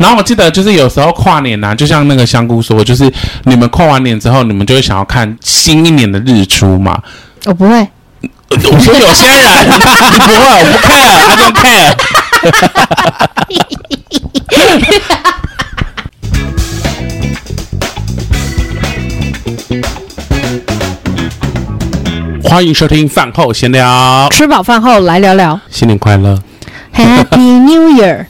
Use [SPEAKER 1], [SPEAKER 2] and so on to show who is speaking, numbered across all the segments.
[SPEAKER 1] 然后我记得就是有时候跨年呐、啊，就像那个香菇说，就是你们跨完年之后，你们就会想要看新一年的日出嘛。
[SPEAKER 2] 我哦不会，
[SPEAKER 1] 呃我 说有些人你不会，我不 care，I don't care。欢迎收听饭后闲聊，
[SPEAKER 2] 吃饱饭后来聊聊
[SPEAKER 1] 新年快乐
[SPEAKER 2] Happy New Year，。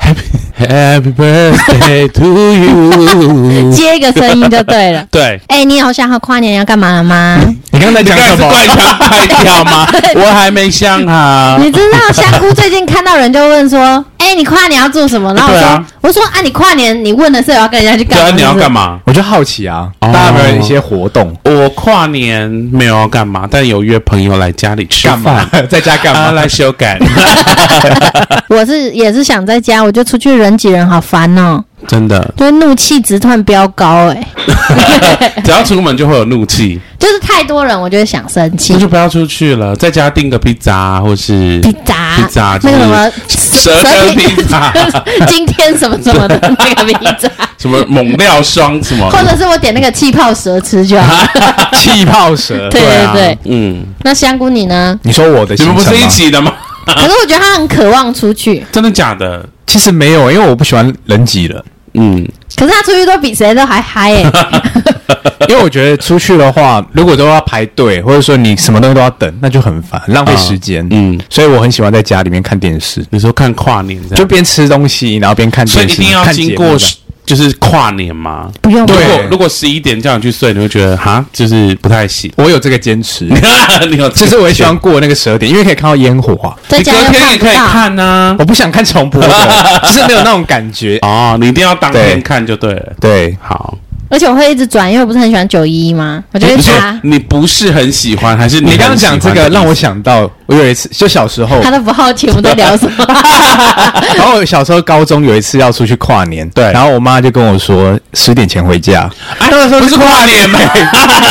[SPEAKER 1] ，Happy Happy Birthday to you。
[SPEAKER 2] 接一个声音就对了
[SPEAKER 1] 对，
[SPEAKER 2] 哎、你好，想好跨年要干嘛了吗？
[SPEAKER 1] 你刚才讲什么？快
[SPEAKER 3] 你
[SPEAKER 1] 枪快跳 吗？我还没想好。
[SPEAKER 2] 你知道香菇最近看到人就问说，哎、你跨年要做什么？然后我
[SPEAKER 1] 对
[SPEAKER 2] 说，
[SPEAKER 1] 啊
[SPEAKER 2] 我说啊，你跨年你问的是我要跟人家去干
[SPEAKER 1] 对
[SPEAKER 2] 嘛？
[SPEAKER 1] 啊，你要干
[SPEAKER 2] 嘛？
[SPEAKER 1] 嘛？
[SPEAKER 3] 我就好奇啊，
[SPEAKER 1] 哦
[SPEAKER 3] 大家有没有一些活动？
[SPEAKER 1] 我跨年没有要干嘛，但有约朋友来家里吃
[SPEAKER 3] 干嘛
[SPEAKER 1] 饭，？
[SPEAKER 3] 在家干
[SPEAKER 1] 啊，
[SPEAKER 3] 嘛？
[SPEAKER 1] 来修改，
[SPEAKER 2] 我是也是想在家，我就出去人挤人，好烦哦，
[SPEAKER 1] 真的，
[SPEAKER 2] 就是怒气值突然飙高、哎，
[SPEAKER 1] 只要出门就会有怒气，
[SPEAKER 2] 就是太多人，我就会想生气
[SPEAKER 1] 那。就不要出去了，在家订个披萨啊或是
[SPEAKER 2] 披萨，
[SPEAKER 1] 披萨就
[SPEAKER 2] 那
[SPEAKER 1] 是
[SPEAKER 2] 个什么
[SPEAKER 1] 蛇羹披 萨，
[SPEAKER 2] 今天什么什么的那个披萨，
[SPEAKER 1] 什么猛料霜什么，
[SPEAKER 3] 哦
[SPEAKER 2] 或者是我点那个气泡蛇吃就好。
[SPEAKER 3] 啊气泡蛇。
[SPEAKER 2] 对对
[SPEAKER 1] 啊
[SPEAKER 2] 对，
[SPEAKER 1] 嗯，
[SPEAKER 2] 那香菇你呢？
[SPEAKER 3] 你说我的
[SPEAKER 1] 你
[SPEAKER 3] 行
[SPEAKER 1] 们
[SPEAKER 3] 程
[SPEAKER 1] 不
[SPEAKER 3] 吗
[SPEAKER 1] 是一？起的吗？
[SPEAKER 3] 啊
[SPEAKER 2] 可是我觉得他很渴望出去，
[SPEAKER 1] 真的假的？
[SPEAKER 3] 其实没有，因为我不喜欢人挤人，
[SPEAKER 1] 嗯，
[SPEAKER 2] 可是他出去都比谁都还嗨哎、
[SPEAKER 3] 因为我觉得出去的话，如果都要排队，或者说你什么东西都要等，那就很烦，浪费时间。
[SPEAKER 1] 嗯
[SPEAKER 3] 嗯，啊所以我很喜欢在家里面看电视，
[SPEAKER 1] 你说看跨年这
[SPEAKER 3] 就
[SPEAKER 1] 样，
[SPEAKER 3] 边吃东西，然后边看
[SPEAKER 1] 所以
[SPEAKER 3] 电
[SPEAKER 1] 一
[SPEAKER 3] 视，
[SPEAKER 1] 定要
[SPEAKER 3] 看
[SPEAKER 1] 经
[SPEAKER 3] 节
[SPEAKER 1] 过
[SPEAKER 3] 目的。
[SPEAKER 1] 就是跨年吗？
[SPEAKER 2] 不用
[SPEAKER 1] 如
[SPEAKER 2] 吧
[SPEAKER 3] 对
[SPEAKER 1] 果如果十一点叫你去睡，你会觉得哈，就是不太 行。
[SPEAKER 3] 我有这个坚持，
[SPEAKER 1] 你有这个
[SPEAKER 3] 其实我也喜
[SPEAKER 1] 选
[SPEAKER 3] 欢过那个十二点，因为可以看到烟火啊。
[SPEAKER 2] 在
[SPEAKER 1] 你
[SPEAKER 2] 家
[SPEAKER 1] 隔
[SPEAKER 2] 又
[SPEAKER 1] 天也
[SPEAKER 2] 看不
[SPEAKER 1] 可以
[SPEAKER 2] 到。
[SPEAKER 1] 看啊呢、
[SPEAKER 3] 我不想看重播 的，就是没有那种感觉。
[SPEAKER 1] 哦，你一定要当天
[SPEAKER 3] 对
[SPEAKER 1] 看就对了。
[SPEAKER 3] 对，
[SPEAKER 1] 好，
[SPEAKER 2] 而且我会一直转，因为我不是很喜欢九一吗？我就会
[SPEAKER 1] 你说
[SPEAKER 2] 查，
[SPEAKER 1] 你不是很喜欢，还是
[SPEAKER 3] 你
[SPEAKER 1] 很
[SPEAKER 3] 刚刚
[SPEAKER 1] 喜
[SPEAKER 3] 讲
[SPEAKER 1] 欢
[SPEAKER 3] 这
[SPEAKER 1] 的
[SPEAKER 3] 个，
[SPEAKER 1] 意
[SPEAKER 3] 让我
[SPEAKER 1] 思
[SPEAKER 3] 想到，我有一次，就小时候
[SPEAKER 2] 他，都不好奇我们在聊什么。
[SPEAKER 3] 然后我小时候高中有一次要出去跨年，
[SPEAKER 1] 对
[SPEAKER 3] 然后我妈就跟我说十点前回家，
[SPEAKER 1] 哎，那时候不是跨 年吗？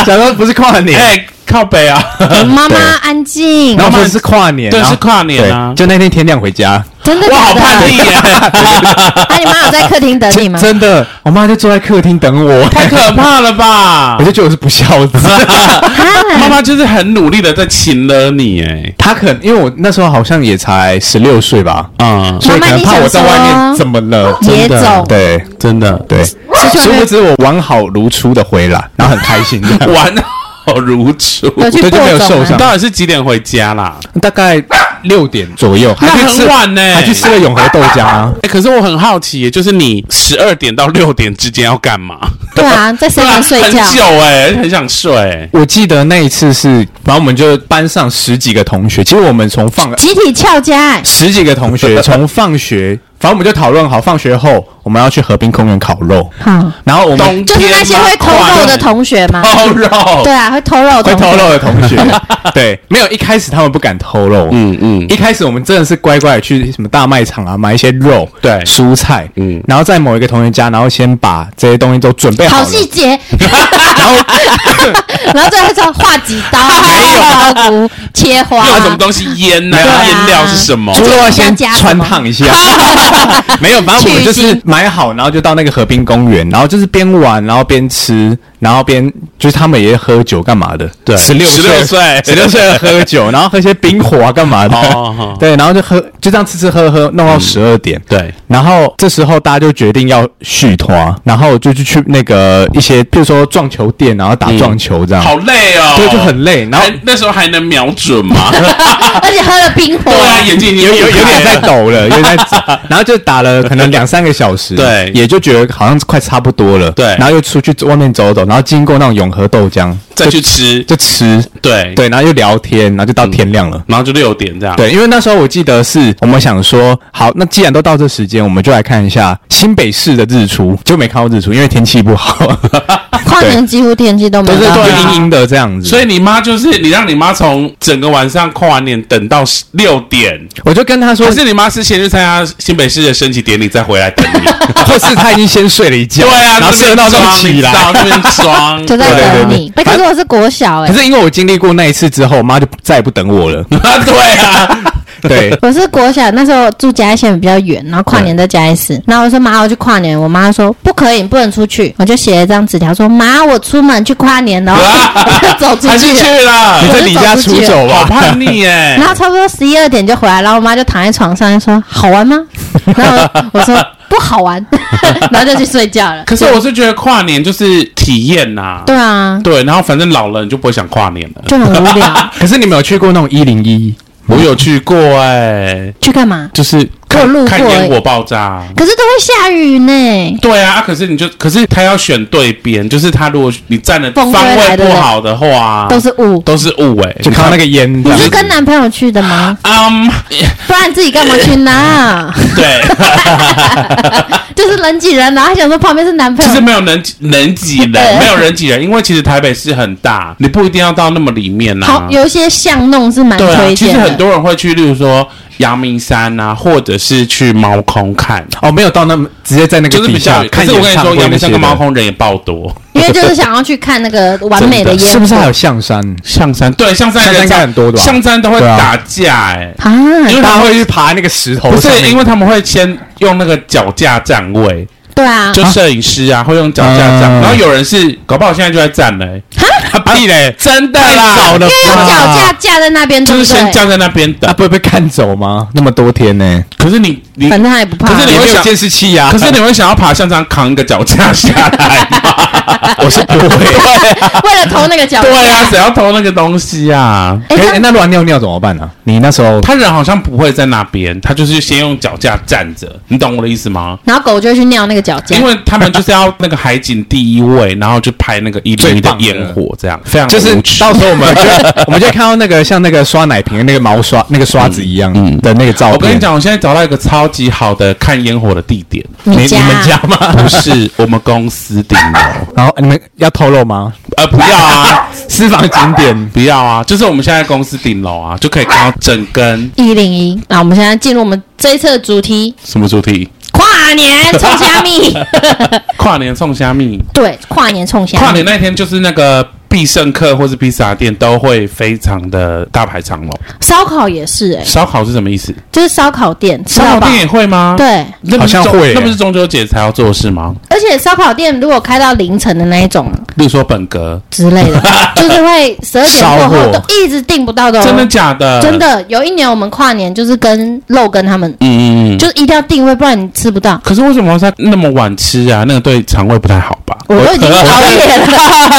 [SPEAKER 3] 小时候不是跨 年，
[SPEAKER 1] 哎，靠北啊，
[SPEAKER 2] 妈妈安静
[SPEAKER 3] 然，后我说是跨年，
[SPEAKER 1] 对
[SPEAKER 3] 然后
[SPEAKER 1] 是跨年啊
[SPEAKER 3] 对就那天天亮回家，
[SPEAKER 2] 真的
[SPEAKER 1] 我
[SPEAKER 2] 假
[SPEAKER 1] 好叛逆
[SPEAKER 2] 的？
[SPEAKER 1] 耶，
[SPEAKER 2] 啊，你妈有在客厅等你吗？
[SPEAKER 3] 真的，我妈就坐在客厅等 我，
[SPEAKER 1] 太可怕了吧
[SPEAKER 3] 我！就觉得我是不孝 子。
[SPEAKER 1] 妈妈就是很努力的在亲了你，哎，
[SPEAKER 3] 她可能因为我那时候好像也才十六岁吧，
[SPEAKER 1] 嗯，
[SPEAKER 3] 所以可能怕我在外面怎么了，
[SPEAKER 2] 野
[SPEAKER 3] 真的
[SPEAKER 2] 种
[SPEAKER 3] 对
[SPEAKER 1] 真的
[SPEAKER 3] 对，
[SPEAKER 2] 去
[SPEAKER 3] 殊不知我完好如初的回来，然后很开心这样，
[SPEAKER 1] 玩好如初。
[SPEAKER 2] 有去
[SPEAKER 3] 对就
[SPEAKER 2] 播
[SPEAKER 3] 没有
[SPEAKER 2] 种
[SPEAKER 3] 受
[SPEAKER 2] 吗
[SPEAKER 3] 伤？
[SPEAKER 1] 到底是几点回家啦？
[SPEAKER 3] 大概六点左右，还
[SPEAKER 1] 那
[SPEAKER 3] 去吃
[SPEAKER 1] 很晚呢，
[SPEAKER 3] 还去吃了永和豆浆啊。
[SPEAKER 1] 哎、可是我很好奇耶，就是你十二点到六点之间要干嘛？
[SPEAKER 2] 对 啊，在身边睡觉
[SPEAKER 1] 很。久哎、很想睡、
[SPEAKER 3] 我记得那一次是，反正我们就班上十几个同学，其实我们从放
[SPEAKER 2] 集体翘家、哎
[SPEAKER 3] 十几个同 学从放学，反正我们就讨论好，放学后我们要去河滨公园烤 肉，
[SPEAKER 2] 好，
[SPEAKER 3] 然后我
[SPEAKER 1] 冬
[SPEAKER 3] 们
[SPEAKER 2] 就是那些会偷肉的同学嘛。
[SPEAKER 1] 偷肉，
[SPEAKER 2] 对啊，会偷肉的
[SPEAKER 3] 哦会
[SPEAKER 2] 同
[SPEAKER 3] 偷
[SPEAKER 2] 学。
[SPEAKER 3] 肉的同 学，对，没有一开始他们不敢偷肉，嗯。
[SPEAKER 1] 嗯嗯，
[SPEAKER 3] 一开始我们真的是乖乖地去什么大卖场啊，买一些肉、
[SPEAKER 1] 对
[SPEAKER 3] 蔬菜，
[SPEAKER 1] 嗯
[SPEAKER 3] 嗯，然后在某一个同学家，然后先把这些东西都准备好
[SPEAKER 2] 好
[SPEAKER 3] 了，
[SPEAKER 1] 哦
[SPEAKER 2] 细节，
[SPEAKER 3] 然后
[SPEAKER 2] 然后最后就画几刀，然后刀骨切花，
[SPEAKER 1] 用什么东西腌呢、
[SPEAKER 2] 对啊
[SPEAKER 1] 腌料是什么？
[SPEAKER 3] 猪肉要先穿烫一下， 没有，反正我们就
[SPEAKER 2] 去
[SPEAKER 3] 是买好，然后就到那个河滨公园，然后就是边玩，然后边吃，然后边就是他们也喝酒干嘛的，
[SPEAKER 1] 对
[SPEAKER 3] 十六
[SPEAKER 1] 16岁
[SPEAKER 3] 十六岁的喝酒，然后喝一些冰火啊干嘛的
[SPEAKER 1] 哦哦，
[SPEAKER 3] 对，然后就喝，就这样吃吃喝喝，弄到十二点，
[SPEAKER 1] 对。
[SPEAKER 3] 然后这时候大家就决定要续拖，然后就去去那个一些，比如说撞球店，然后打撞球这样，
[SPEAKER 1] 嗯好累哦，
[SPEAKER 3] 对，就很累，然后
[SPEAKER 1] 还那时候还能瞄准 吗？
[SPEAKER 2] 而且喝了冰火
[SPEAKER 1] 对，啊，眼睛已经
[SPEAKER 3] 有有有点在
[SPEAKER 1] 动。
[SPEAKER 3] 抖了，有点在抖， 然后就打了可能两三个小时，
[SPEAKER 1] 对
[SPEAKER 3] 也就觉得好像快差不多了，
[SPEAKER 1] 对
[SPEAKER 3] 然后又出去外面走走，然后经过那种永和豆浆，
[SPEAKER 1] 再去吃，
[SPEAKER 3] 就吃，
[SPEAKER 1] 对，
[SPEAKER 3] 对，然后又聊天，然后就到天亮了。
[SPEAKER 1] 然后就六点这样，，
[SPEAKER 3] 对，因为那时候我记得是我们想说，好，那既然都到这时间，我们就来看一下新北市的日出，就没看到日出，因为天气 不好，
[SPEAKER 2] 跨年几乎天气都没
[SPEAKER 3] 都
[SPEAKER 2] 有
[SPEAKER 3] 是
[SPEAKER 2] 到
[SPEAKER 3] 都
[SPEAKER 1] 对啊
[SPEAKER 3] 阴阴的这样子。
[SPEAKER 1] 所以你妈就是你让你妈从整个晚上跨完年等到六点，
[SPEAKER 3] 我就跟他说
[SPEAKER 1] 可，是你妈是先去参加新北市的升旗典礼再回来等你。
[SPEAKER 3] 或是他已经先睡了一觉，
[SPEAKER 1] 对啊，
[SPEAKER 3] 然后设闹钟起来，
[SPEAKER 1] 这边装，
[SPEAKER 2] 就在等你。哎，
[SPEAKER 3] 对对对
[SPEAKER 2] 可是我是国小哎
[SPEAKER 3] 可，是因为我经历过那一次之后，我妈就再也不等我了。
[SPEAKER 1] 啊，对啊，
[SPEAKER 3] 对，
[SPEAKER 2] 我是国小那时候住嘉义县比较远，然后跨年在嘉义市，然后我说妈，我去跨年，我妈说不可以，你不能出去，我就写了一张纸条说妈，我出门去跨年， 然后我就走出
[SPEAKER 1] 还是
[SPEAKER 2] 去了。
[SPEAKER 1] 去了
[SPEAKER 3] 你，在离家出走
[SPEAKER 1] 好
[SPEAKER 3] 吧？
[SPEAKER 1] 叛逆耶
[SPEAKER 2] 然！后差不多十一二点就回来，然后我妈就躺在床上就说好 玩吗？然后我我说不好玩， 然后就去睡觉了。
[SPEAKER 1] 可是我是觉得跨年就是体验呐，
[SPEAKER 2] 对啊，
[SPEAKER 1] 对，然后反正老了你就不会想跨
[SPEAKER 3] 嗯
[SPEAKER 1] 年了。
[SPEAKER 2] 就很无聊，
[SPEAKER 3] 可是你们有去过那种一零一？
[SPEAKER 1] 我有去过哎，
[SPEAKER 2] 去干嘛？
[SPEAKER 1] 就是
[SPEAKER 2] 我
[SPEAKER 3] 哎
[SPEAKER 2] 有路
[SPEAKER 1] 看
[SPEAKER 2] 过
[SPEAKER 1] 看
[SPEAKER 2] 欸
[SPEAKER 1] 烟火爆炸。
[SPEAKER 2] 可是都会下雨呢。
[SPEAKER 1] 对啊，啊可是你就，可是他要选对边，就是他如果你站的
[SPEAKER 2] 风
[SPEAKER 1] 方
[SPEAKER 2] 吹来
[SPEAKER 1] 位
[SPEAKER 2] 的
[SPEAKER 1] 不好的话，
[SPEAKER 2] 都是雾。
[SPEAKER 1] 都是雾哎、欸，
[SPEAKER 3] 就看到那个烟
[SPEAKER 2] 你
[SPEAKER 3] 这样
[SPEAKER 2] 是跟男朋友去的吗？
[SPEAKER 1] 嗯，
[SPEAKER 2] 不然自己干嘛去 那？
[SPEAKER 1] 对，
[SPEAKER 2] 就是人挤人，然啊后还想说旁边是男朋
[SPEAKER 1] 就是
[SPEAKER 2] 友，
[SPEAKER 1] 没有人挤人挤人，
[SPEAKER 2] 对
[SPEAKER 1] 没有人挤人，因为其实台北市很大，你不一定要到那么里面呐、
[SPEAKER 2] 好有一些巷弄是蛮
[SPEAKER 1] 啊对啊，
[SPEAKER 2] 推
[SPEAKER 1] 其
[SPEAKER 2] 荐
[SPEAKER 1] 实
[SPEAKER 2] 的。
[SPEAKER 1] 很多人会去，例如说阳明山啊，或者是去猫空看，
[SPEAKER 3] 哦，没有到那么直接在那
[SPEAKER 1] 就
[SPEAKER 3] 个
[SPEAKER 1] 是
[SPEAKER 3] 底
[SPEAKER 1] 比较
[SPEAKER 3] 下
[SPEAKER 1] 远。可
[SPEAKER 3] 看
[SPEAKER 1] 是我跟
[SPEAKER 3] 演
[SPEAKER 1] 你
[SPEAKER 3] 唱
[SPEAKER 1] 说，
[SPEAKER 3] 会
[SPEAKER 1] 阳
[SPEAKER 3] 那
[SPEAKER 1] 明山
[SPEAKER 3] 些
[SPEAKER 1] 跟猫
[SPEAKER 3] 的。
[SPEAKER 1] 空人也爆多，
[SPEAKER 2] 因为就是想要去看那个完美的烟火，
[SPEAKER 3] 是不是还有象山？
[SPEAKER 1] 象山对象山
[SPEAKER 3] 象山
[SPEAKER 1] 人
[SPEAKER 3] 应该很多的吧
[SPEAKER 1] 象山都会
[SPEAKER 3] 对啊
[SPEAKER 1] 打架哎、
[SPEAKER 2] 啊
[SPEAKER 1] 因？为
[SPEAKER 3] 大
[SPEAKER 1] 他
[SPEAKER 3] 家
[SPEAKER 1] 会
[SPEAKER 3] 会去爬那个石头
[SPEAKER 1] 不
[SPEAKER 3] 上面？
[SPEAKER 1] 是，因为他们会先用那个脚架站位，
[SPEAKER 2] 对啊，
[SPEAKER 1] 就摄影师啊，会用脚架站，
[SPEAKER 3] 嗯
[SPEAKER 1] 然后有人是搞不好现在就在站欸啊嘞，
[SPEAKER 3] 他屁嘞，
[SPEAKER 1] 真的
[SPEAKER 3] 太
[SPEAKER 1] 啦，
[SPEAKER 3] 早了
[SPEAKER 2] 因为有脚架
[SPEAKER 3] 吧？
[SPEAKER 2] 架在那边，
[SPEAKER 1] 就
[SPEAKER 2] 对
[SPEAKER 1] 是
[SPEAKER 2] 不
[SPEAKER 1] 先
[SPEAKER 2] 对？
[SPEAKER 1] 站在那边等
[SPEAKER 3] 那。不会被看走吗？那么多天呢？
[SPEAKER 1] 可是你你，
[SPEAKER 2] 反正他也不怕。啊
[SPEAKER 1] 可是你
[SPEAKER 3] 也
[SPEAKER 1] 会
[SPEAKER 3] 没有
[SPEAKER 1] 想
[SPEAKER 3] 监视器啊呀？
[SPEAKER 1] 可是你会想要爬象山扛一个脚架下来吗？
[SPEAKER 3] 我是不会。
[SPEAKER 2] 为了偷那个脚架，
[SPEAKER 1] 对啊，谁要偷那个东西啊？
[SPEAKER 2] 哎，
[SPEAKER 3] 哎，
[SPEAKER 2] 这
[SPEAKER 3] 那乱尿尿怎么办呢？你那时候
[SPEAKER 1] 他人好像不会在那边，他就是先用脚架站着，你懂我的意思吗？
[SPEAKER 2] 然后狗就会去尿那个脚架
[SPEAKER 1] 因。为他们就是要那个海景第一位，然后就拍那个一零一
[SPEAKER 3] 最
[SPEAKER 1] 的
[SPEAKER 3] 棒的
[SPEAKER 1] 烟火，这样非常
[SPEAKER 3] 就是
[SPEAKER 1] 无趣
[SPEAKER 3] 到哦时候我们就我们就会看到那个像那个刷奶瓶的那个毛刷那个刷子一样的那个照片。
[SPEAKER 1] 我跟你，讲，我现在找到一个超级好的看烟火的地点，
[SPEAKER 3] 你
[SPEAKER 2] 你
[SPEAKER 3] 你
[SPEAKER 2] 家
[SPEAKER 3] 们家吗？
[SPEAKER 1] 不是我们公司顶 楼，
[SPEAKER 3] 然后你们要透露吗？
[SPEAKER 1] 呃，不要啊，
[SPEAKER 3] 私房景点
[SPEAKER 1] 不要啊，就是我们现在公司顶楼啊，就可以看到整根
[SPEAKER 2] 一零一，那我们现在进入我们这一次的主题
[SPEAKER 1] 什么主题？
[SPEAKER 2] ——跨年冲虾 米。
[SPEAKER 1] 跨年送虾米，
[SPEAKER 2] 对，跨年冲虾米。
[SPEAKER 1] 跨年那天就是那个。必胜客或是披萨店都会非常的大排长龙。
[SPEAKER 2] 烧烤也是、欸，
[SPEAKER 1] 烧烤是什么意思？
[SPEAKER 2] 就是烧烤店，吃
[SPEAKER 1] 烧
[SPEAKER 2] 到
[SPEAKER 1] 烤
[SPEAKER 2] 饱
[SPEAKER 1] 店。也会吗？，
[SPEAKER 2] 对，
[SPEAKER 1] 那不是
[SPEAKER 3] 好像
[SPEAKER 1] 中
[SPEAKER 3] 会耶
[SPEAKER 1] 那不是中秋节才要做的事吗？
[SPEAKER 2] 而且烧烤店如果开到凌晨的那一种
[SPEAKER 1] 例如说本格，
[SPEAKER 2] 之类 的，就是会十二点过
[SPEAKER 3] 烧
[SPEAKER 2] 后
[SPEAKER 3] 货
[SPEAKER 2] 都一直订不到的、哦。
[SPEAKER 1] 真的假的？
[SPEAKER 2] 真，的，有一年我们跨年就是跟肉跟他们，
[SPEAKER 1] 嗯嗯嗯。
[SPEAKER 2] 就是一定要定位，不然你吃不到。
[SPEAKER 1] 可是为什么在那么晚吃啊？那个对肠胃不太好吧？
[SPEAKER 2] 我都已经熬夜了，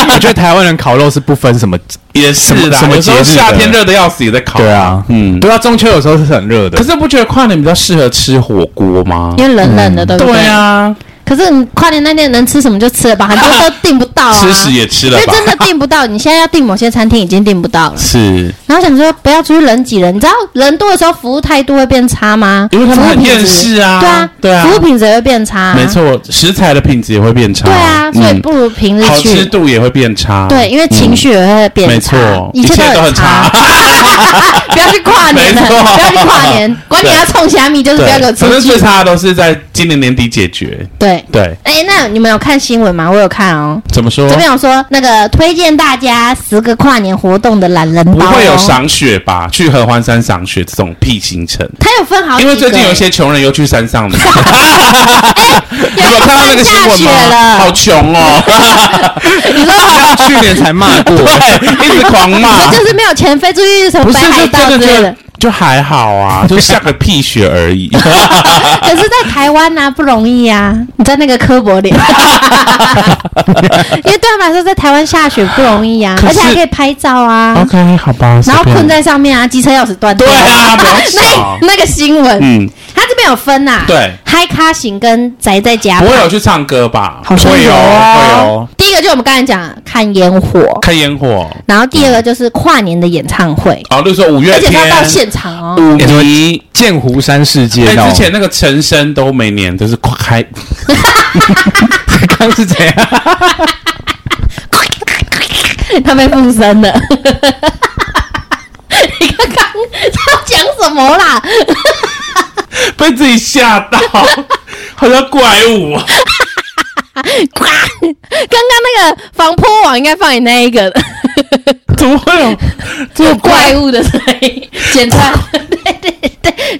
[SPEAKER 3] 我觉得台湾人烤肉是不分什么，
[SPEAKER 1] 也是啦，
[SPEAKER 3] 什么
[SPEAKER 1] 有时
[SPEAKER 3] 节
[SPEAKER 1] 候
[SPEAKER 3] 日的
[SPEAKER 1] 夏天热的要死也在烤。
[SPEAKER 3] 对啊，
[SPEAKER 1] 嗯。
[SPEAKER 3] 对啊，中秋有时候是很热的
[SPEAKER 1] 可。是不觉得跨年比较适合吃火锅吗？
[SPEAKER 2] 因为冷冷的，对不
[SPEAKER 1] 对啊，
[SPEAKER 2] 可是你跨年那天能吃什么就吃了吧，很多都订不到啊。
[SPEAKER 1] 吃屎也吃
[SPEAKER 2] 因
[SPEAKER 1] 了
[SPEAKER 2] 为
[SPEAKER 1] 吧？
[SPEAKER 2] 真的订不到，你现在要订某些餐厅已经订不 到了。
[SPEAKER 1] 是
[SPEAKER 2] 然后想说不要出去人挤人，你知道人多的时候服务态度会变差吗？
[SPEAKER 1] 因为他们很
[SPEAKER 2] 服务品质
[SPEAKER 1] 厌世啊
[SPEAKER 2] 对啊，
[SPEAKER 1] 对啊
[SPEAKER 2] 服务品质也会变差、
[SPEAKER 1] 没，错，食材的品质也会变差。
[SPEAKER 2] 啊对啊，所以
[SPEAKER 1] 嗯
[SPEAKER 2] 不如平日
[SPEAKER 1] 好吃
[SPEAKER 2] 去。
[SPEAKER 1] 度也会变差。
[SPEAKER 2] 对，因为情绪也会变差，
[SPEAKER 1] 嗯没错
[SPEAKER 2] 一切
[SPEAKER 1] 一切都
[SPEAKER 2] 很
[SPEAKER 1] 很差。
[SPEAKER 2] 不要去跨年了，
[SPEAKER 1] 没错
[SPEAKER 2] 不要去跨 年，管你要冲虾米，就是
[SPEAKER 1] 对
[SPEAKER 2] 不要给我
[SPEAKER 1] 反
[SPEAKER 2] 出
[SPEAKER 1] 正最
[SPEAKER 2] 去。
[SPEAKER 1] 差的都是在今年年底解决。
[SPEAKER 2] 对，
[SPEAKER 1] 对，
[SPEAKER 2] 哎，那你们有看新闻吗？我有看哦，
[SPEAKER 1] 怎么说
[SPEAKER 2] 这？边有说那个推荐大家十个跨年活动的懒人
[SPEAKER 1] 不
[SPEAKER 2] 包、哦，
[SPEAKER 1] 会有赏雪吧？去合欢山赏雪这种屁行程，
[SPEAKER 2] 它有分好几
[SPEAKER 1] 因
[SPEAKER 2] 个，
[SPEAKER 1] 为最近有一些穷人又去山上了。 你有看到那个新闻
[SPEAKER 2] 下雪
[SPEAKER 1] 吗？
[SPEAKER 2] 了
[SPEAKER 1] 好穷 哦，
[SPEAKER 2] 你 说
[SPEAKER 3] 去年才骂过，
[SPEAKER 1] 对，一直狂骂
[SPEAKER 2] 你说。 就是没有钱飞出去什么
[SPEAKER 1] 不
[SPEAKER 2] 北
[SPEAKER 1] 是，
[SPEAKER 2] 海
[SPEAKER 1] 就
[SPEAKER 2] 道之
[SPEAKER 1] 这
[SPEAKER 2] 类
[SPEAKER 1] 个
[SPEAKER 2] 的
[SPEAKER 1] 就。 就还好啊，就下个屁雪而已。
[SPEAKER 2] 可是，在台湾呢、不容易啊！你在那个科博 脸，因为对他们来说，在台湾下雪不容易啊，
[SPEAKER 1] 可
[SPEAKER 2] 而
[SPEAKER 1] 是
[SPEAKER 2] 且还可以拍照啊，
[SPEAKER 1] OK，好吧。
[SPEAKER 2] 然
[SPEAKER 1] 随
[SPEAKER 2] 后
[SPEAKER 1] 便
[SPEAKER 2] 困在上面啊，机车钥匙断掉。
[SPEAKER 1] 对啊不要吵
[SPEAKER 2] 那那个新闻，
[SPEAKER 1] 嗯，
[SPEAKER 2] 它这边有分呐、啊，
[SPEAKER 1] 对，
[SPEAKER 2] 嗨咖型跟宅在家
[SPEAKER 1] 不
[SPEAKER 2] 吧。
[SPEAKER 1] 会有去唱歌吧？
[SPEAKER 2] 好像
[SPEAKER 1] 会
[SPEAKER 2] 有
[SPEAKER 1] 有，
[SPEAKER 2] 啊
[SPEAKER 1] 会哦有
[SPEAKER 2] 第一个就我们刚才讲看烟火，
[SPEAKER 1] 看烟火。
[SPEAKER 2] 然后第二个就是跨年的演唱会，
[SPEAKER 1] 哦，例如说五月
[SPEAKER 2] 而且
[SPEAKER 1] 天，
[SPEAKER 2] 他到现场哦。
[SPEAKER 1] 五迷。
[SPEAKER 3] 剑湖山世界
[SPEAKER 1] 哎，
[SPEAKER 3] 哦
[SPEAKER 1] 之前那个陈升都每年都是开，
[SPEAKER 3] 刚是怎样？
[SPEAKER 2] 他被附身了。 你刚刚要讲什么啦？
[SPEAKER 1] 被自己吓到， 好像怪物哦。
[SPEAKER 2] 呱刚刚那个防泼网应该放你那 一个，
[SPEAKER 1] 怎么会有？
[SPEAKER 2] 做怪物的声音，简单。